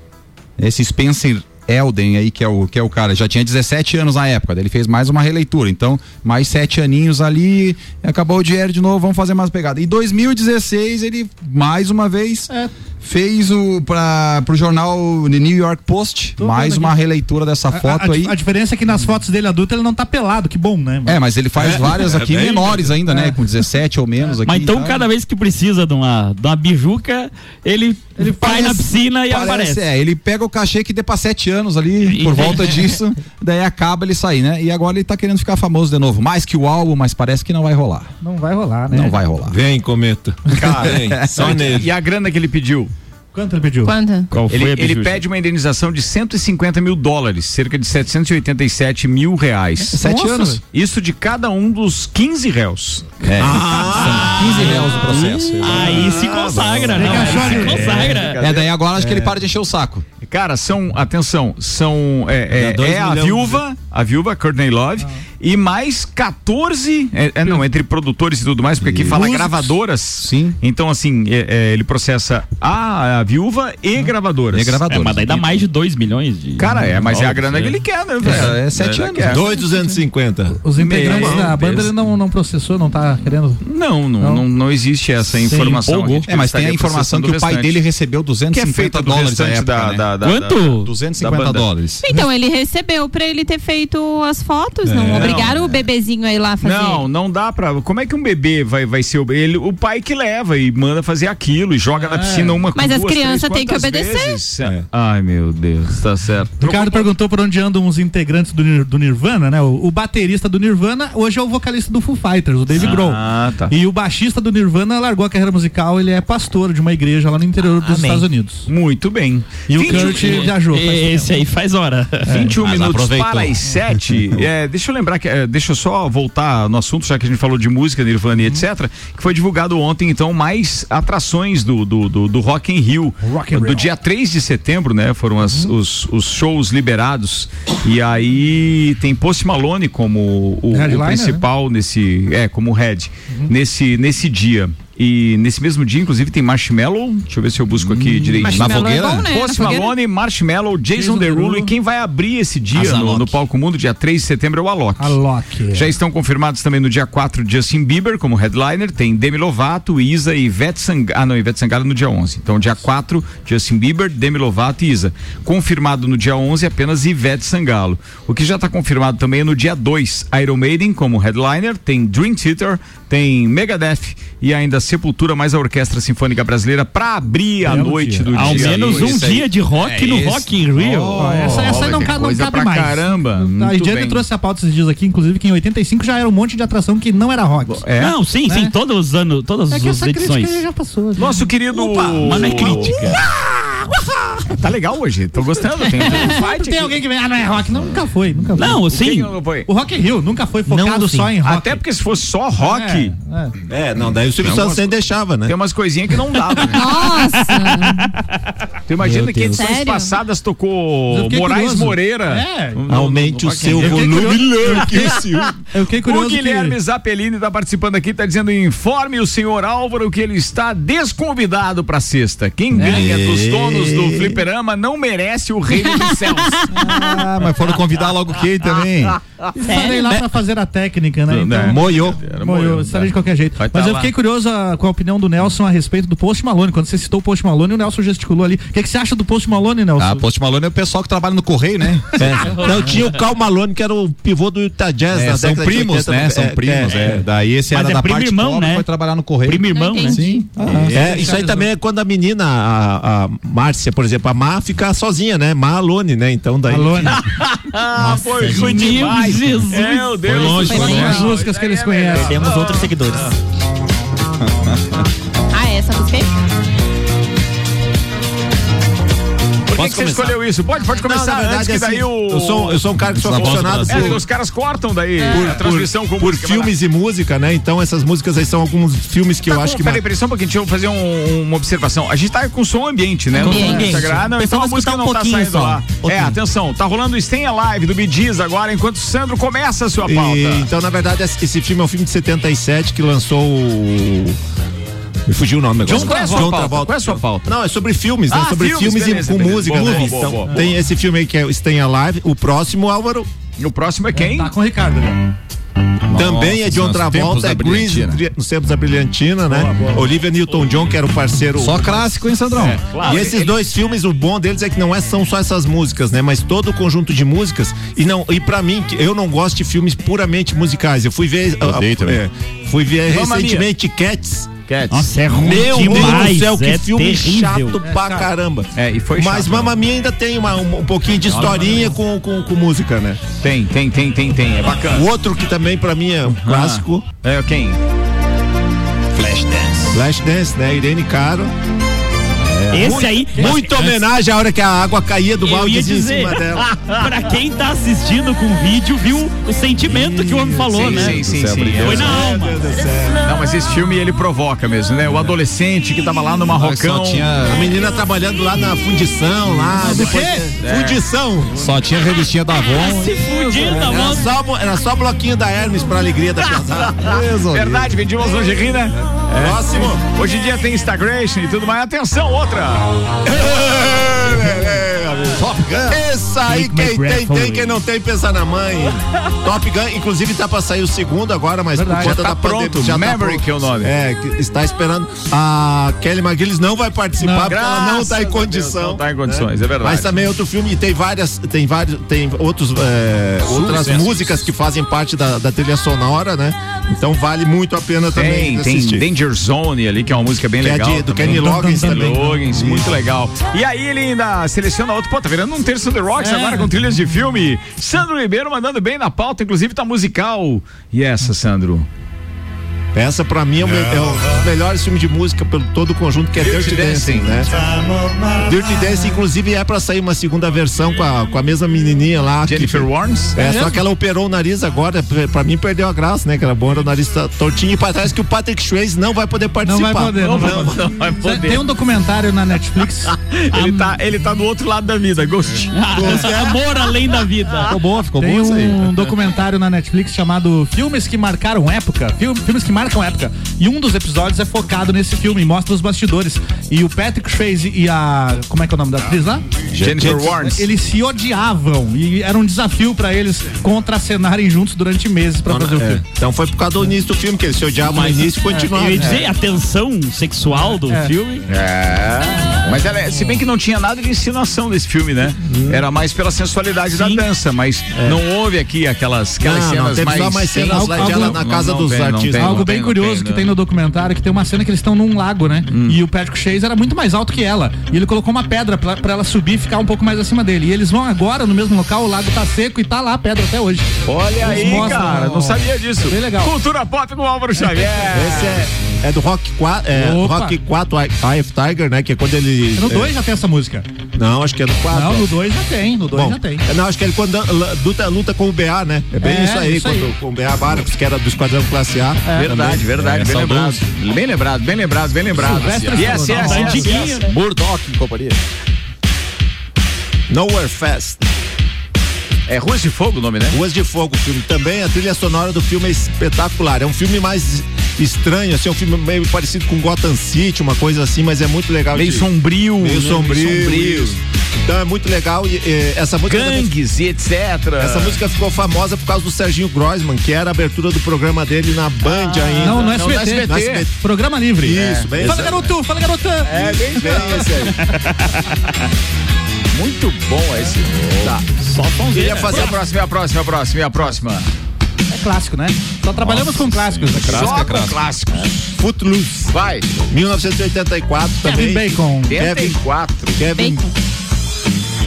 Esse Spencer Elden aí, que é, o, que é o cara, já tinha 17 anos na época, daí ele fez mais uma releitura. Então, mais sete aninhos ali, acabou o dinheiro de novo, vamos fazer mais pegada. Em 2016, ele mais uma vez
É.
fez o para pro jornal The New York Post, mais
vendo
uma
aqui.
releitura dessa
A-
foto
a,
aí.
A diferença é que nas fotos dele adulto ele não tá pelado, que bom, né?
É, mas ele faz várias aqui
É,
menores ainda, né? Com 17 ou menos aqui.
Mas então,
e tal.
cada vez que precisa de uma, de uma bijuca, ele, ele cai
assim,
na piscina e aparece.
É, ele pega o cachê que dê pra sete anos ali, por volta disso, daí acaba ele sair, né? E agora ele tá querendo ficar famoso de novo. Mais que o álbum, mas parece que não vai rolar.
Não vai rolar, né?
Não vai rolar.
Vem, cometa.
Cara,
Vem, só nele.
e a grana que ele pediu?
Quanto ele pediu?
Quanto?
Qual
Ele,
foi a
ele
bijuca?
pede uma indenização de 150 mil dólares, cerca de 787 mil reais.
É, Sete
Nossa,
anos.
velho. Isso de cada um dos 15 réus.
É. São 15 reais o processo.
Ah,
Aí se consagra, né? Aí se consagra.
É, daí agora acho que ele para de encher o saco.
Cara, são, atenção, são. É, é,
Dá dois
é a
milhões,
né?
viúva, a viúva, Courtney Love,
Ah.
e mais 14. É, é, não, entre produtores e tudo mais, porque aqui fala
Músicos.
gravadoras.
Sim.
Então, assim, é, é, ele processa a, a viúva e gravadoras.
Ah. E gravador.
É, mas daí dá mais de 2 milhões de.
Cara, é, mas é a
dólares,
grana
né?
que ele quer, né, velho?
É, é sete
Ele
anos.
quer.
Dois 250.
Os integrantes
Meu
da banda
Deus.
ele não, não processou, não tá querendo.
Não, não,
Não.
não, não existe essa
Sim,
informação.
empolgou.
Então, gente
É, mas tem a
estaria
informação
processando
que o pai
restante.
dele recebeu
que é
250
feita do
dólares na
restante
época,
da,
né?
da, da-
Quanto?
250
banda.
dólares.
Então, ele recebeu pra ele ter feito as fotos,
É.
não? Obrigaram o bebezinho a ir lá
Assim.
fazer.
Não, não dá pra. Como é que um bebê vai, vai ser o. Ele, o pai que leva e manda fazer aquilo e joga
Ah,
na piscina
é.
uma
Mas as
duas, três,
crianças têm que
quantas
obedecer.
vezes? Ai, meu Deus, tá certo.
Ricardo perguntou por onde andam os integrantes do, Nir- do Nirvana, né? O, o baterista do Nirvana hoje é o vocalista do Foo Fighters, o Dave Grohl.
Ah, tá.
E o baixista do Nirvana largou a carreira musical, ele é pastor de uma igreja lá no interior dos
Amém.
Estados Unidos.
Muito bem.
E o
21
Kurt viajou. faz tempo. É,
Esse aí faz hora.
21
mas
minutos
aproveitou.
para as 7. É, deixa eu lembrar que. é, deixa eu só voltar no assunto, já que a gente falou de música, Nirvana e etc. Que foi divulgado ontem, então, mais atrações do, do, do, do Rock in Rio.
Rock in
do
Rio.
dia 3 de setembro, né? Foram as- os, os shows liberados. E aí tem Post Malone como o, o
Headliner,
principal nesse. É, como head. Nesse, nesse dia. E nesse mesmo dia, inclusive, tem Marshmallow. Deixa eu ver se eu busco aqui direitinho.
Marshmallow é
fogueira?
bom, né? Na
Post
fogueira.
Malone, Marshmallow, Jason,
Jason
Derulo
Derulo.
e quem vai abrir esse dia no, no Palco Mundo, dia 3 de setembro, é o Alok.
A
é.
Loki.
Já estão confirmados também no dia 4 Justin Bieber como headliner, tem Demi Lovato, Isa e Ivete Sangalo, ah não, Ivete Sangalo no dia 11. Então dia 4 Justin Bieber, Demi Lovato e Isa. Confirmado no dia 11 apenas Ivete Sangalo. O que já está confirmado também é no dia 2 Iron Maiden como headliner, tem Dream Theater, tem Megadeth e ainda Sepultura mais a Orquestra Sinfônica Brasileira para abrir a
Belo
noite
dia.
do
Ao
dia.
menos um
Isso aí.
dia de rock
É
no
esse.
Rock in Rio.
Oh,
Ó, essa essa aí não,
que
ca- não
coisa
cabe
pra
mais.
caramba.
A
Muito
Jane
bem.
Tá, trouxe a pauta esses dias aqui, inclusive, que em 85 já era um monte de atração que não era rock.
É.
Não, sim, sim, todos os anos, todas
É
as
que essa crítica
edições.
aí já passou. já.
Nosso querido.
Mas não é crítica.
tá legal hoje. Tô gostando. Tem, um
Sempre
fight
tem
aqui.
alguém que vem, ah, não é rock. Não, nunca foi, nunca foi.
assim
Não,
O
sim.
que que não um foi? O Rock in Rio nunca foi focado só em rock.
Até porque se fosse só rock.
É, não, daí o Silvio Santos nem deixava,
É.
né?
Tem umas coisinhas que não dava. né? Tu imagina
Meu
que
Deus.
edições
Sério?
passadas
Eu
tocou
fiquei
Moraes
curioso.
Moreira.
É.
No- no-
Aumente
no
o seu
Rock in Rio.
volume, Leandro, que o Silvio-
Eu fiquei curioso
O
que-
Guilherme Zappellini está participando aqui, está dizendo: informe o senhor Álvaro que ele está desconvidado para sexta. Quem ganha dos donos do fliperama não merece o reino dos céus.
Ah, mas foram convidar logo quem também?
Estarei lá pra fazer a técnica, né?
Né?
Então,
Moiou.
Moiou, estarei de qualquer jeito.
Vai
Mas
tá
eu fiquei
lá.
curioso ah, com a opinião do Nelson a respeito do Post Malone. Quando você citou o Post Malone, o Nelson gesticulou ali. O que, que você acha do Post Malone, Nelson?
Ah, Post Malone é o pessoal que trabalha no correio, né?
É. Não, tinha o Cal Malone, que era o pivô do Utah Jazz
É,
na
são
década de
primos,
80,
né?
no-
São primos, é. Daí esse
Mas
era
é
da
primo
parte
irmão,
pobre,
né?
foi trabalhar no correio.
Primo
irmão,
né?
Sim.
É, isso aí também é quando a menina, a, a Márcia, por exemplo, a Má fica sozinha, né? Má Alone, né? Então daí.
Alone.
Ah, foi ruim demais. Meu Deus.
Foi longe,
do
foi
céu.
longe.
As músicas que eles
é
conhecem.
Temos outros seguidores.
Ah, é essa música aí?
Por que,
Posso
que você
começar?
escolheu isso? Pode, pode
Não,
começar,
na verdade,
antes que
assim,
daí o...
eu sou- eu sou um cara que sou
É, um
aficionado por-
Os caras cortam daí
Por,
a transmissão
por,
com
por
música, vai lá.
filmes e música, né? Então essas músicas aí são alguns filmes que eu
Tá
acho
com-
que.
Peraí, peraí, só um pouquinho, deixa eu fazer um- uma observação. A gente tá com som ambiente, né?
Ambiente.
Não tá sagrado, não, então
Pessoal,
a
vai
música
escutar
não
um
tá
pouquinho
saindo
só,
lá.
um pouquinho.
É, atenção, tá rolando o Stenha Live do Bidiz agora, enquanto o Sandro começa a sua
E-
pauta.
então, na verdade, esse esse filme é um filme de 77 que lançou o. Me fugiu o nome agora.
John Travolta. Qual é a sua pauta?
Não, é sobre filmes, né?
Ah,
sobre
filmes,
filmes,
beleza,
e com
beleza.
música.
Boa,
né?
boa,
Então,
boa, boa.
tem esse filme aí que é o Stay Alive. O próximo, Álvaro.
E o próximo é quem?
Tá com o Ricardo, né?
Também é John
Nossa, nos tempos
Travolta,
da
é Grease
brilhantina.
Bri- nos tempos da Brilhantina, né? Olivia Newton-John, que era o parceiro.
Só clássico, hein, Sandrão?
É,
Claro,
e esses
ele-
dois filmes, o bom deles é que não é, são só essas músicas, né? Mas todo o conjunto de músicas. E não, e pra mim, que eu não gosto de filmes puramente musicais. Eu fui ver. ah,
Odeio também.
é, fui ver
Mamma Mia.
recentemente Cats.
Cats.
Nossa,
é ruim
Meu Deus do
demais,
céu, que
é
filme
terrível.
chato
É
pra
chato.
caramba.
É, e foi
Mas
chato.
Mamma Mia ainda tem uma, um, um pouquinho de
Olha,
historinha com, com, com música, né?
Tem, tem, tem, tem, tem. É bacana.
O outro que também pra mim é um clássico.
É quem?
Flashdance. Flashdance, né? Irene Caro.
Esse
Muito-
aí- é
Muita
Mas-
homenagem à hora que a água caía do
Eu
balde
ia
em
dizer,
cima dela.
pra quem tá assistindo com vídeo, viu o sentimento que o homem falou,
sim,
né?
sim, sim, sim.
Foi na
Meu
alma.
Não, mas esse filme ele provoca mesmo, né? O adolescente que tava lá no Marrocão.
A menina trabalhando lá na fundição, lá.
Do
depois-
quê? Ah,
É. Fundição.
Só tinha revistinha da Avon.
Se fudindo, tá
Era só, blo- era só bloquinho da Hermes pra alegria da pesada.
Verdade, vendi umas lingerie, né?
Próximo.
Hoje em dia tem Instagram e tudo mais. Atenção, outra.
Top Gun. Essa aí,
Take my
quem
breath
tem, tem,
away.
quem não tem, pensa na mãe. Top Gun, inclusive tá pra sair o segundo agora, mas
Verdade.
por conta
Já tá
da pandemia.
pronto, Maverick é o nome.
É, que está esperando. A Kelly McGillis não vai participar
Não,
porque ela não
graças
tá
a
em
Deus,
condição.
não tá em condições, é verdade.
Mas também é outro filme e tem várias, tem vários, tem outros, é, outras
Sucessos.
músicas que fazem parte da, da trilha sonora, né? Então vale muito a pena também
Tem, tem
assistir.
Danger Zone ali, que é uma música bem
Que é
legal.
de- do
também.
Kenny Loggins
Kenny
também.
Loggins, muito legal. E aí ele ainda seleciona outro. Pô, tá virando um terço The Rocks agora com trilhas de filme. Sandro Ribeiro mandando bem na pauta, inclusive tá musical. E essa, Sandro?
Essa pra mim é o, me- é um dos melhores filmes de música pelo todo o conjunto que é Dirty, Dancing, né? Dirty Dancing, inclusive, é pra sair uma segunda versão com a, com a mesma menininha lá.
Jennifer Warnes?
É,
É
só
mesmo?
que ela operou o nariz agora, pra- pra mim perdeu a graça, né? Que era bom, era o nariz tá tortinho e pra trás que o Patrick Swayze não vai poder
Não
participar.
vai poder, não, vai poder.
Não vai
Tem um documentário na Netflix.
Ele tá, ele tá do outro lado da vida, Ghost.
Amor além da vida.
Ficou boa, ficou
Tem
boa isso aí.
um documentário na Netflix chamado Filmes que Marcaram Época. Fil- filmes que marcam época. E um dos episódios é focado nesse filme, mostra os bastidores. E o Patrick Swayze e a. Como é que é o nome da atriz lá?
Jennifer Warnes.
Eles se odiavam. E era um desafio pra eles contracenarem juntos durante meses pra
Não,
fazer o é,
é.
filme.
Então foi por causa do início do filme, que eles se odiavam no início e continuaram.
Eu ia dizer, a tensão sexual do filme.
É. Mas ela, é- se bem que não tinha nada de ensinação desse filme, né?
Hum.
Era mais pela sensualidade da dança, mas não houve aqui aquelas, aquelas
É. Não, não,
cenas
teve
mais.
só mais cenas
Algo-
lá de ela
algo-
na casa
não
dos
não
artistas.
não
Algo bem curioso que
não.
tem no documentário é que tem uma cena que eles estão num lago, né? E o Patrick Chase era muito mais alto que ela. E ele colocou uma pedra pra, pra ela subir e ficar um pouco mais acima dele. E eles vão agora no mesmo local, o lago tá seco e tá lá a pedra até hoje.
Olha
Eles
aí,
mostram,
cara,
ó.
não sabia disso.
Bem legal.
Cultura pop com Álvaro Xavier.
Esse é É do Rock 4, é,
Opa.
Rock 4 Eye Eye of Tiger, né? Que é quando ele.
No
é,
2 já tem essa música.
Não, acho que é do 4.
Não, no 2 já tem, no 2
Bom,
já tem.
é, Não, acho que ele quando an- luta, luta com o BA, né? É bem
É,
isso aí,
isso
quando,
aí.
com o BA Barcos, que era do Esquadrão Classe A. também.
Verdade, verdade,
É,
bem lembrado.
saudoso.
Bem lembrado, bem lembrado, bem lembrado.
Silvestre
Yes, yes,
Stallone.
yes,
Tá
yes,
antiguinho,
yes.
né?
Murdoch e companhia.
Nowhere Fest.
É Ruas de Fogo o nome, né?
Ruas de Fogo, o filme. Também a trilha sonora do filme é espetacular. É um filme mais estranho, assim, é um filme meio parecido com Gotham City, uma coisa assim, mas é muito legal.
Meio
de-
sombrio,
Meio
né?
sombrio.
Meio sombrio.
isso. Então é muito legal e, eh, essa música. também-
Gangues e etc.
Essa música ficou famosa por causa do Serginho Groisman, que era a abertura do programa dele na Band ainda.
Ah, Não, no
na
SBT.
No SBT.
Programa livre.
Isso, bem
É. Fala
isso.
garoto, fala garotã.
É, bem, bem isso aí.
Muito bom esse. Tá.
Só
Queria
sonzeira.
fazer a próxima, e a próxima, a próxima, e a próxima.
É clássico, né? Só trabalhamos com clássicos.
Só
é
com clássicos.
Footloose,
Vai.
1984
Kevin
também.
Bacon.
Kevin,
84.
Kevin,
Bacon.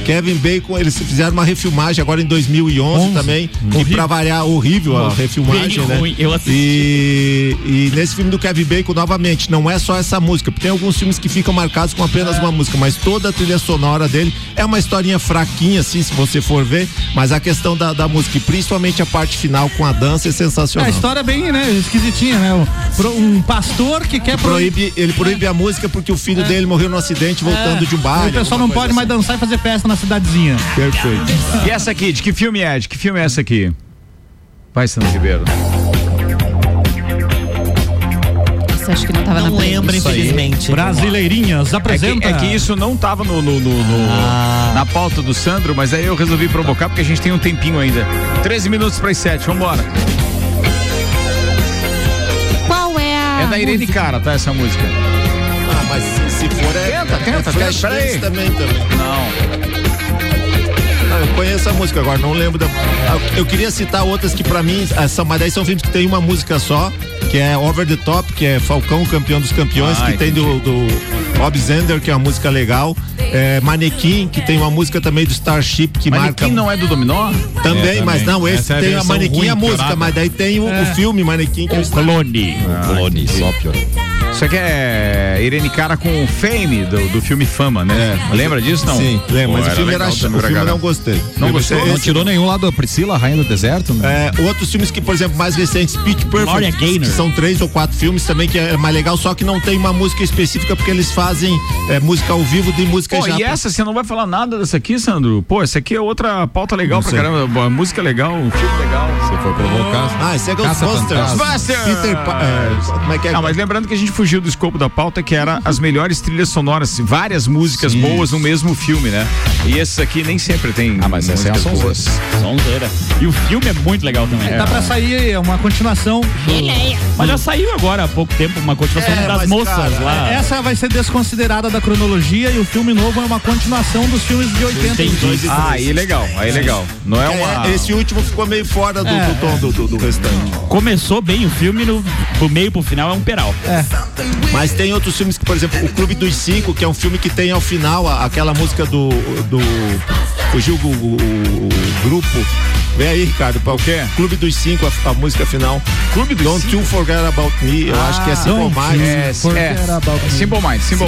Kevin Bacon, eles fizeram uma refilmagem agora em 2011
Onze.
também, que pra variar, horrível a refilmagem,
Bem
né?
ruim, eu assisti.
E, e nesse filme do Kevin Bacon, novamente, não é só essa música, porque tem alguns filmes que ficam marcados com
É.
apenas uma música, mas toda a trilha sonora dele é uma historinha fraquinha, assim, se você for ver, mas a questão da, da música, e principalmente a parte final com a dança, é
É,
sensacional.
a história é bem, né, esquisitinha, né? Um, pro- um pastor que quer proibir.
Proíbe, ele proíbe a música porque o filho dele morreu num acidente voltando de um baile.
é. O pessoal
alguma
não
coisa
pode mais dançar e fazer festa na cidadezinha.
assim. Perfeito.
E essa aqui, de que filme é? De que filme é essa aqui? Vai, Sandro Ribeiro. É
Você acha que não tava na
Não
playlist?
lembro, infelizmente.
é Brasileirinhas
É que,
apresenta.
é que isso não tava no, no- no- no-
Ah.
na pauta do Sandro, mas aí eu resolvi provocar porque a gente tem um tempinho ainda. 13 minutos para as 7, vambora.
Qual é a.
É da Irene
música?
Cara, tá? Essa música.
Ah, mas se, se for é.
Tenta, tenta,
é
tenta,
flash
peraí.
dance também, também.
Não.
Não, eu conheço a música agora, não lembro da. Ah, Eu queria citar outras que pra mim, ah, são, mas daí são filmes que tem uma música só, que é Over the Top, que é Falcão, campeão dos campeões,
Ah,
que tem do, do Bob Zender, que é uma música legal. É, Manequim, que tem uma música também do Starship que
Manequim
marca.
não é do Dominó?
Também,
É,
mas
também.
não, esse
Essa é a
tem a
versão
Manequim e a
ruim,
música,
piorada.
mas daí tem o, o filme Manequim que é o Star-
Clone.
Ah,
Clone, só pior.
Isso aqui é Irene Cara com Fame, do, do filme Fama, né? Lembra disso, não?
É. Sim, lembro, mas
Pô,
o filme
legal
era um chato.
também
O
pra
filme eu
caralho.
não gostei.
Não
Eu
gostou?
gostei-
Não tirou nenhum lá da Priscila, Rainha do Deserto? Né?
É, outros filmes que, por exemplo, mais recentes, Pitch
Gloria
Perfect,
Gaynor.
que são três ou quatro filmes também que é mais legal, só que não tem uma música específica porque eles fazem é, música ao vivo de música
Pô,
já.
e essa, você não vai falar nada dessa aqui, Sandro? Pô, essa aqui é outra pauta legal pra caramba. Boa, Música legal, filme legal.
Você foi provocar.
Ah, esse é
Caça
Ghostbusters.
Fantasmas.
Peter Pa- é, como é que é?
Ah, mas lembrando que a gente fugiu do escopo da pauta, que era as melhores trilhas sonoras, várias músicas boas no mesmo filme, né? E esses aqui nem sempre tem.
Ah, mas essa é a
músicas
sonzeira.
boas.
Sonzeira. E o filme é muito legal também.
Dá pra sair é uma continuação.
Mas já saiu agora há pouco tempo uma continuação
É,
das
mas,
moças
cara, é.
lá.
Essa vai ser desconsiderada da cronologia e o filme novo é uma continuação dos filmes de 80.
Tem dois.
Ah, aí legal, aí legal. Não é uma.
É, esse último ficou meio fora do,
É.
do tom do, do- do restante.
Começou bem o filme, no, do meio pro final é um peral.
Mas tem outros filmes que, por exemplo, O Clube dos Cinco, que é um filme que tem ao final a- aquela música do. do fugiu o, o- o grupo. Vem aí, Ricardo, para o quê? Clube dos Cinco, a, a música final. Clube dos Don't You Forget About Me, eu acho que é Simple
Don't
Minds.
É, é, Simple Minds, Simple
Simple
Minds,
Minds
Simple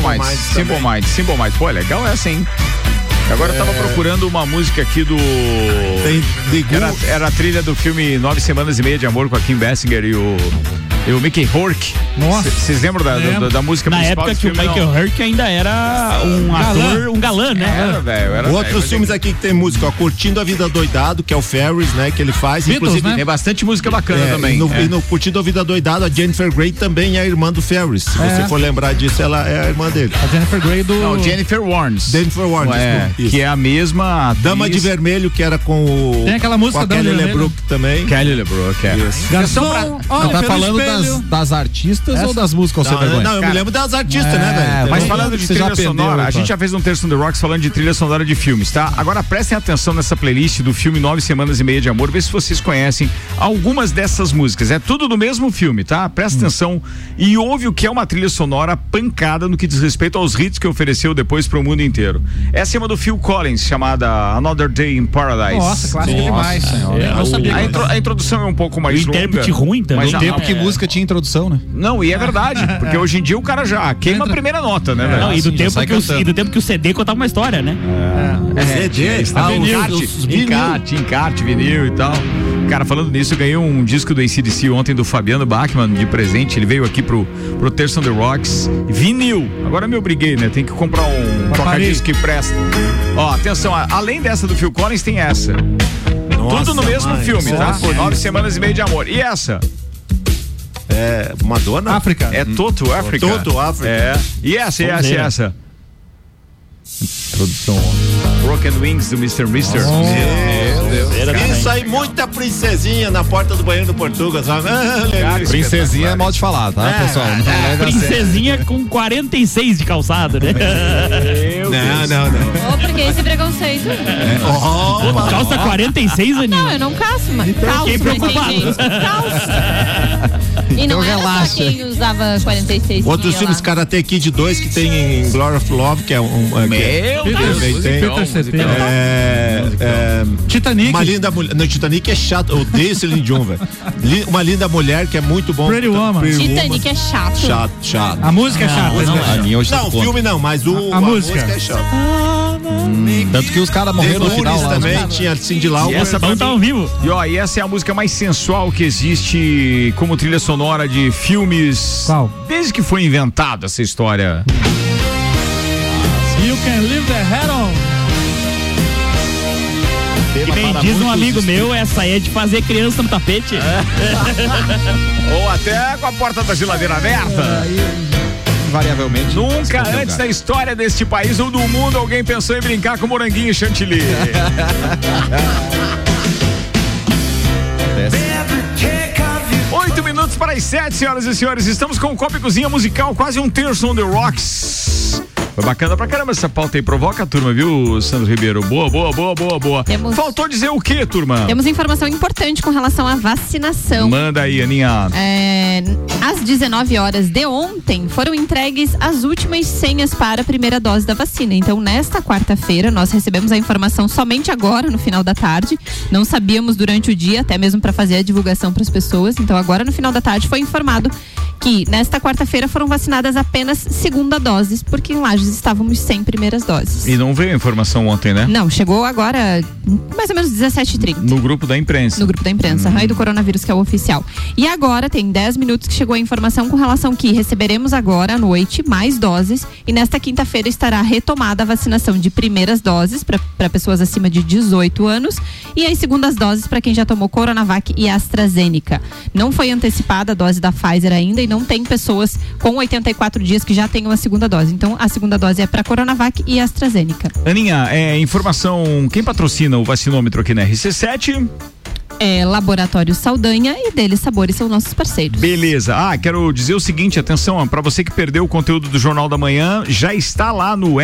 também. É.
Minds, Simple Minds. Pô, é legal essa, hein? Agora eu tava procurando uma música aqui do.
Tem The Goo,
Era, né, era a trilha do filme Nove Semanas e Meia de Amor com a Kim Basinger e o, e o Mickey Rourke.
Nossa.
Vocês lembram da, da,
Lembro.
da música
Na
principal
época
do
que o
filme? é
Michael Hurk ainda era um ator, um galã, né?
Não. Era, velho. Era, velho,
Outros
mas
filmes aqui que tem música, ó, Curtindo a Vida Doidado, que é o Ferris, né, que ele faz.
Beatles,
Inclusive,
Tem, tem bastante música né? bacana
É,
também.
E no,
É.
e no Curtindo a Vida Doidado, a Jennifer Grey também é a irmã do Ferris. Se
É.
você for lembrar disso, ela é a irmã dele.
A Jennifer Grey do.
Não, Jennifer Warnes.
Jennifer Warnes,
É,
desculpa, isso.
que é a mesma. atriz-
Dama de Vermelho, que era com o.
Tem aquela música
com a
Dama de
Kelly
Vermelho.
LeBrook também.
Kelly LeBrook, é.
Isso.
Garçom, olha
Não tá
pelo
falando das,
espelho.
das artistas ou das músicas,
Não,
você vergonha?
não, eu
Cara,
me lembro das artistas, né,
É
velho?
Mas
Tem-
falando de
Você já
trilha
aprendeu,
sonora, a
Ivan.
gente já fez um terço no The Rocks falando de trilha sonora de filmes, tá? Agora prestem atenção nessa playlist do filme Nove Semanas e Meia de Amor, vê se vocês conhecem algumas dessas músicas. É tudo do mesmo filme, tá?
Hum.
Presta atenção e ouve o que é uma trilha sonora pancada no que diz respeito aos hits que ofereceu depois pro mundo inteiro. Essa é uma do Phil Collins, chamada Another Day in Paradise.
Nossa, clássico demais.
É,
Eu
o-
sabia.
A, intro- a introdução é um pouco mais
O
longa.
intérprete ruim também.
Mas
O
a,
é.
tempo
que música música tinha introdução, né?
Não, e é verdade, porque hoje em dia o cara já queima a primeira nota, né, velho?
É. Não, e, do
Assim, já
tempo
sai
que o,
cantando.
e do tempo que o CD contava uma história, né?
É,
CD,
isso, tá
ah,
vendo?
os-
encarte,
os vinil.
encarte, encarte, vinil e tal. Cara, falando nisso, eu ganhei um disco do ACDC ontem do Fabiano Bachmann de presente. Ele veio aqui pro, pro Terça on the Rocks. Vinil. Agora me obriguei, né? Tem que comprar um toca-disco que presta. Ó, atenção, a- além dessa do Phil Collins, tem essa. Tudo no mesmo
mãe,
filme,
isso é
tá?
absurdo.
Nove semanas e meia de amor. E essa?
É Madonna?
África.
É Toto África.
Toto África.
É. E essa, e essa, e
Sonzeira.
essa? Produção. Broken Wings do Mr. Mister.
Meu Deus. Isso aí, muita princesinha na porta do banheiro do Portugal. Sabe? Ah,
Princesinha é mal de falar, tá,
É,
pessoal?
é,
Não leva a sério.
Princesinha com 46 de calçado, né?
Não, não, não.
Ô, por que esse preconceito?
É.
Pô, calça 46, Aninha?
Não, eu não calço, mas
Então,
calço,
fiquei
mas
preocupado.
tem gente que calça. E não
Então,
era
relaxa.
só quem usava 46
Outros filmes, Karate Kid 2, que tem em Glory of Love, que é um. um que é-
Meu Deus.
também tem.
Musicão, musicão.
É, é,
Titanic.
Uma linda mulher. Não, Titanic é chato. Eu odeio Celine Dion, velho. Li- Uma linda mulher que é muito bom.
Pretty Woman.
Titanic é chato.
Chato, chato.
A música é chata.
Não,
né?
o filme não, mas o,
A- a música. Hum,
é chata.
Tanto que os caras morreram no
The
final
né?
Furies
lá.
também, tinha Cindy Lauper.
E essa
Então tá ao vivo.
E ó, e essa é a música mais sensual que existe como trilha sonora de filmes.
Qual?
Desde que foi inventada essa história.
You can leave the head on.
Que nem diz um amigo meu, essa aí é de fazer criança no tapete.
Ou até com a porta da geladeira aberta.
Variavelmente.
Nunca antes da história deste país ou do mundo alguém pensou em brincar com moranguinho e chantilly. É. Oito minutos para as sete, senhoras e senhores. Estamos com um copo e cozinha musical, quase um terço on the rocks. Foi bacana pra caramba essa pauta aí. Provoca a turma, viu, Sandro Ribeiro? Boa, boa, boa, boa, boa.
Temos-
Faltou dizer o quê, turma?
Temos informação importante com relação à vacinação.
Manda aí, Aninha.
É, às 19 horas de ontem foram entregues as últimas senhas para a primeira dose da vacina. Então, nesta quarta-feira, nós recebemos a informação somente agora, no final da tarde. Não sabíamos durante o dia, até mesmo para fazer a divulgação para as pessoas. Então, agora no final da tarde foi informado que nesta quarta-feira foram vacinadas apenas segunda doses, porque em Lages estávamos sem primeiras doses.
E não veio a informação ontem, né?
Não, chegou agora mais ou menos 17h30.
No grupo da imprensa.
No grupo da imprensa, raio do coronavírus, que é o oficial. E agora, tem 10 minutos que chegou a informação com relação que receberemos agora à noite mais doses. E nesta quinta-feira estará retomada a vacinação de primeiras doses para pessoas acima de 18 anos e as segundas doses para quem já tomou Coronavac e AstraZeneca. Não foi antecipada a dose da Pfizer ainda e não tem pessoas com 84 dias que já tenham a segunda dose. Então, a segunda dose é para Coronavac e AstraZeneca.
Aninha, é, informação, quem patrocina o vacinômetro aqui na RC7?
É Laboratório Saldanha e deles sabores são nossos parceiros.
Beleza. Ah, quero dizer o seguinte, atenção, para você que perdeu o conteúdo do Jornal da Manhã, já está lá no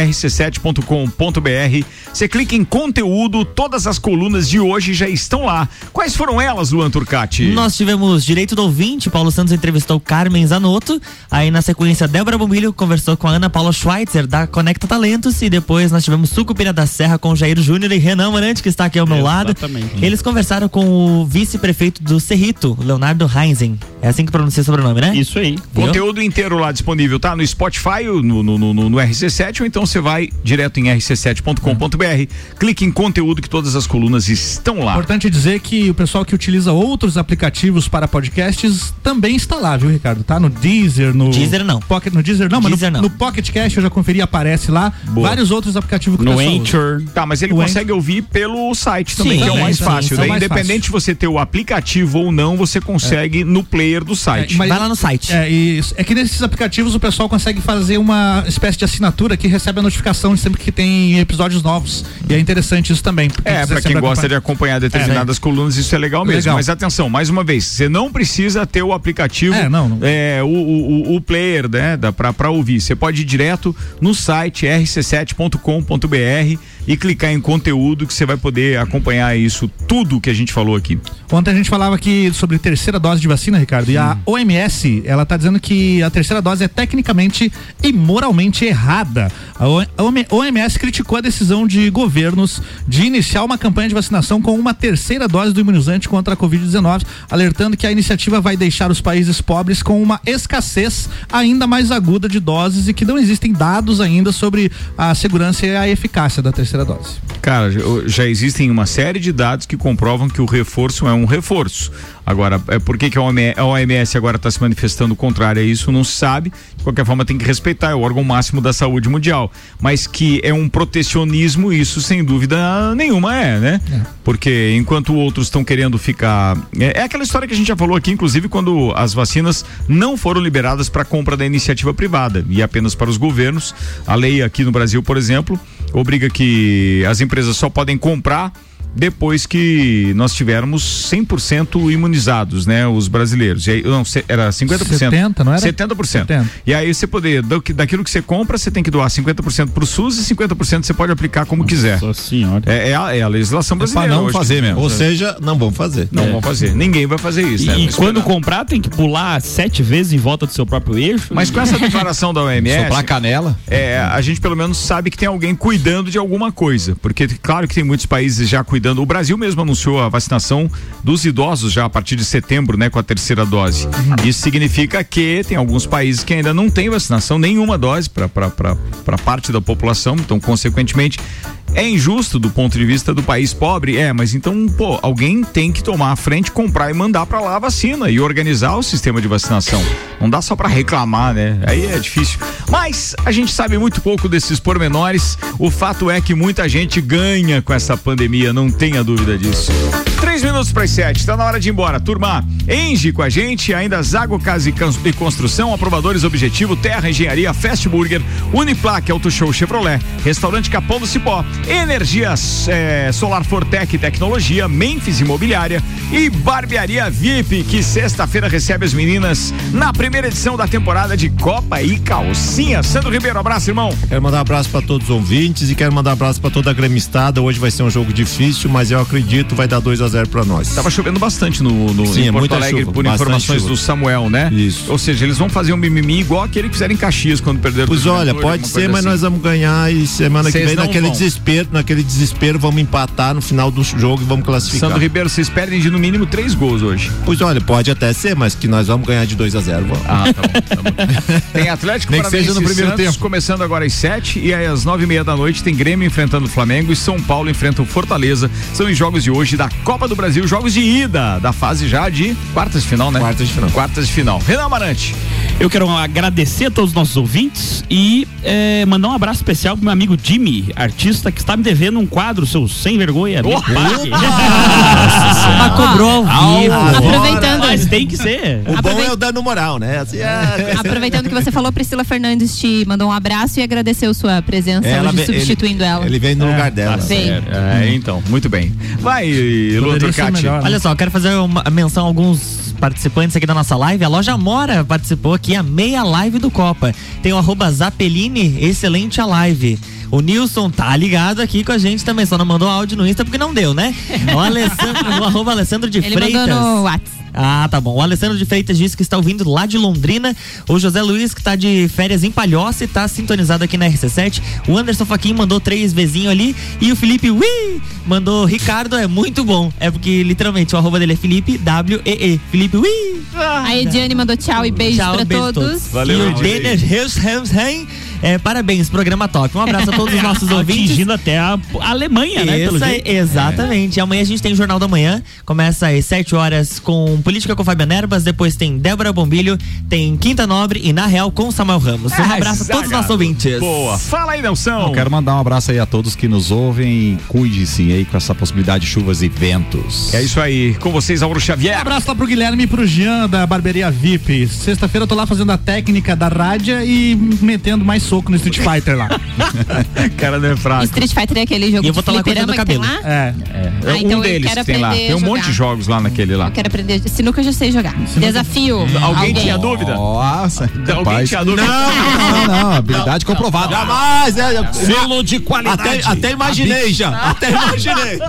rc7.com.br. Você clica em conteúdo, todas as colunas de hoje já estão lá. Quais foram elas, Luan Turcati?
Nós tivemos Direito do Ouvinte, Paulo Santos entrevistou Carmen Zanotto, aí na sequência Débora Bombilho conversou com a Ana Paula Schweitzer da Conecta Talentos e depois nós tivemos Sucupira da Serra com Jair Júnior e Renan Morante que está aqui ao meu lado.
Exatamente.
Eles conversaram com o vice-prefeito do Cerrito, Leonardo Heinzen. É assim que pronuncia o sobrenome, né?
Isso aí.
Viu?
Conteúdo inteiro lá disponível, tá? No Spotify, no, no, no- no RC7, ou então você vai direto em rc7.com.br, clica em conteúdo que todas as colunas estão lá.
Importante dizer que o pessoal que utiliza outros aplicativos para podcasts também está lá, viu, Ricardo? Tá no Deezer, no.
Deezer não.
Pocket, no Deezer não, mas
Deezer
no,
não.
no Pocket Cast eu já conferi, aparece lá. Vários outros aplicativos que o
No
pessoal usa.
Anchor.
Tá, mas ele
O
consegue ouvir pelo site
Sim,
também, que é o
também,
mais
também,
fácil.
é o
Daí,
mais
independente de você ter o aplicativo ou não, você consegue no player do site.
mas-
Vai lá no site.
É, e isso- é que nesses aplicativos o pessoal consegue fazer uma espécie de assinatura que recebe a notificação sempre que tem episódios novos. E é interessante isso também. porque
É,
você
pra quem
sempre
gosta de
acompanha.
acompanhar determinadas colunas, isso é legal mesmo.
Legal.
Mas atenção, mais uma vez, você não precisa ter o aplicativo,
É, não, não.
é, o, o- o- o player, né, dá pra, pra ouvir. Você pode ir direto no site rc7.com.br e clicar em conteúdo que você vai poder acompanhar isso, tudo que a gente falou aqui.
Ontem a gente falava aqui sobre terceira dose de vacina, Ricardo, e a OMS, ela tá dizendo que a terceira dose é tecnicamente e moralmente errada. A O- a OME- OMS criticou a decisão de governos de iniciar uma campanha de vacinação com uma terceira dose do imunizante contra a Covid-19, alertando que a iniciativa vai deixar os países pobres com uma escassez ainda mais aguda de doses e que não existem dados ainda sobre a segurança e a eficácia da terceira dose.
Cara, já- já existem uma série de dados que comprovam que o reforço é um reforço. Agora, é, por que, que a OMS a OMS agora está se manifestando contrária a isso, não se sabe. De qualquer forma, tem que respeitar, é o órgão máximo da saúde mundial. Mas que é um protecionismo, isso sem dúvida nenhuma é, né? Porque enquanto outros estão querendo ficar. É, é aquela história que a gente já falou aqui, inclusive, quando as vacinas não foram liberadas para compra da iniciativa privada e apenas para os governos. A lei aqui no Brasil, por exemplo, obriga que as empresas só podem comprar depois que nós tivermos 100% imunizados, né, os brasileiros. E aí, não, se- era 50%.
70, não era?
70%.
70.
E aí você poder, do que- daquilo que você compra, você tem que doar 50% para o SUS e 50% você pode aplicar como quiser. senhora. É, é a, é a legislação brasileira.
não
hoje.
fazer mesmo.
Ou
seja, não vão fazer.
Não
É.
vão fazer. Ninguém vai fazer isso, né?
E,
Mas-
quando comprar, tem que pular sete vezes em volta do seu próprio eixo.
Mas com essa declaração da OMS.
Soprar
canela? É, a gente pelo menos sabe que tem alguém cuidando de alguma coisa. Porque, claro que tem muitos países já cuidando. O Brasil mesmo anunciou a vacinação dos idosos já a partir de setembro, né, com a terceira dose. Isso significa que tem alguns países que ainda não têm vacinação, nenhuma dose para parte da população. Então, consequentemente. É injusto do ponto de vista do país pobre? É, mas então, pô, alguém tem que tomar a frente, comprar e mandar para lá a vacina e organizar o sistema de vacinação. Não dá só para reclamar, né? Aí é difícil. Mas a gente sabe muito pouco desses pormenores. O fato é que muita gente ganha com essa pandemia, não tenha dúvida disso. Três minutos para as sete, tá na hora de ir embora. Turma, Engie com a gente, ainda Zago Casa e Cans- e Construção, Aprovadores Objetivo, Terra Engenharia, Fast Burger, Uniplac, Auto Show Chevrolet, Restaurante Capão do Cipó, Energias eh, Solar Fortec Tecnologia, Memphis Imobiliária e Barbearia VIP, que sexta-feira recebe as meninas na primeira edição da temporada de Copa e Calcinha. Sandro Ribeiro, abraço, irmão.
Quero mandar um abraço para todos os ouvintes e quero mandar um abraço para toda a gremistada. Hoje vai ser um jogo difícil, mas eu acredito vai dar 2 a 0 para nós.
Tava chovendo bastante no, no em
Sim, é
Porto
muita
Alegre,
chuva,
por
bastante
informações
chuva.
do Samuel, né? Isso. Ou seja, eles vão fazer um mimimi igual aquele que fizeram em Caxias quando perderam
Pois
pro
olha,
Juventude,
pode
alguma
ser,
coisa
mas
assim.
nós vamos ganhar e semana que
Vocês
vem
não
naquele
vão.
desespero, naquele desespero vamos empatar no final do jogo e vamos classificar.
Sandro Ribeiro, vocês perdem de no mínimo três gols hoje.
Pois olha, pode até ser, mas que nós vamos ganhar de 2 a 0.
Ah, tá bom, Tem Atlético
É, Nem que
Paranaense
seja no
e
primeiro
Santos,
tempo.
começando agora às 7 e aí às nove e meia da noite tem Grêmio enfrentando o Flamengo e São Paulo enfrenta o Fortaleza. São os jogos de hoje da Copa do Brasil, jogos de ida da fase já de quartas de final, né? Quartas de final. Quartas de final. Renan Amarante.
Eu quero agradecer a todos os nossos ouvintes e eh, mandar um abraço especial pro meu amigo Jimmy, artista que está me devendo um quadro, seu sem vergonha. me pague.
Mas cobrou ao
Ah,
Ah,
vivo.
Aproveitando.
Mas tem que ser.
O bom é o dano moral, né? Assim, é-
Aproveitando que você falou, Priscila Fernandes te mandou um abraço e agradeceu sua presença hoje,
vem-
substituindo ela.
Ele vem no lugar dela.
tá Vem. certo.
É, então, muito bem. Vai, Lu Turcati.
né?
Olha só, eu quero fazer uma menção a alguns participantes aqui da nossa live. A loja Mora participou aqui, a meia live do Copa. Tem o arroba Zapelini, excelente a live. O Nilson tá ligado aqui com a gente também, só não mandou áudio no Insta porque não deu, né? O, Alessandro, o arroba Alessandro de
Ele
Freitas.
mandou no Whats.
Ah, tá bom. O Alessandro de Freitas disse que está ouvindo lá de Londrina. O José Luiz, que está de férias em Palhoça e está sintonizado aqui na RC7. O Anderson Faquin mandou três vezinho ali. E o Felipe, ui, mandou Ricardo, é muito bom. É porque, literalmente, o arroba dele é Felipe, W-E-E. Felipe, ui.
A Ediane mandou tchau e beijos
Tchau,
pra
beijo a
todos.
e o
Ednei.
Denner Hilshamsheim, é, parabéns, programa top. Um abraço a todos os nossos ouvintes.
Atingindo até a a Alemanha, né? Pelo
Isso aí,
jeito. É.
exatamente. E Amanhã a gente tem o Jornal da Manhã. Começa às 7 horas com Política com Fabiana Erbas, depois tem Débora Bombilho, tem Quinta Nobre e Na Real com Samuel Ramos.
Ah,
Um abraço a todos os nossos ouvintes.
Boa. Fala aí, Nelson.
Eu quero mandar um abraço aí a todos que nos ouvem. Cuide-se aí com essa possibilidade de chuvas e ventos.
É isso aí. Com vocês, Auro
Um
Xavier.
abraço lá pro Guilherme e pro Jean da Barbearia VIP. Sexta-feira eu tô lá fazendo a técnica da rádio e metendo mais soco no Street Fighter lá.
cara não é fraco.
Street Fighter é aquele jogo
E eu vou
de
tá lá
fliperama
cortando
que tem
cabelo.
lá?
É.
É
Ah, então
um
eu
deles
quero
que tem lá.
aprender
Tem
a
um monte
jogar.
de jogos lá naquele lá.
Eu quero aprender. Sinuca eu já sei jogar. Desafio.
Hum, Alguém, tinha dúvida?
Nossa,
Alguém tinha dúvida?
Não, não, habilidade comprovada.
Jamais, né?
Selo de qualidade.
Até, até imaginei já. Até imaginei.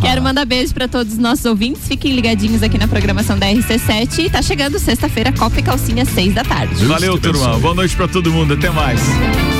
Quero mandar beijo pra todos os nossos ouvintes. Fiquem ligadinhos aqui na programação da RC7. E tá chegando sexta-feira, Copa e Calcinha, seis da tarde.
Valeu, turma. Boa noite pra todo mundo. Até mais.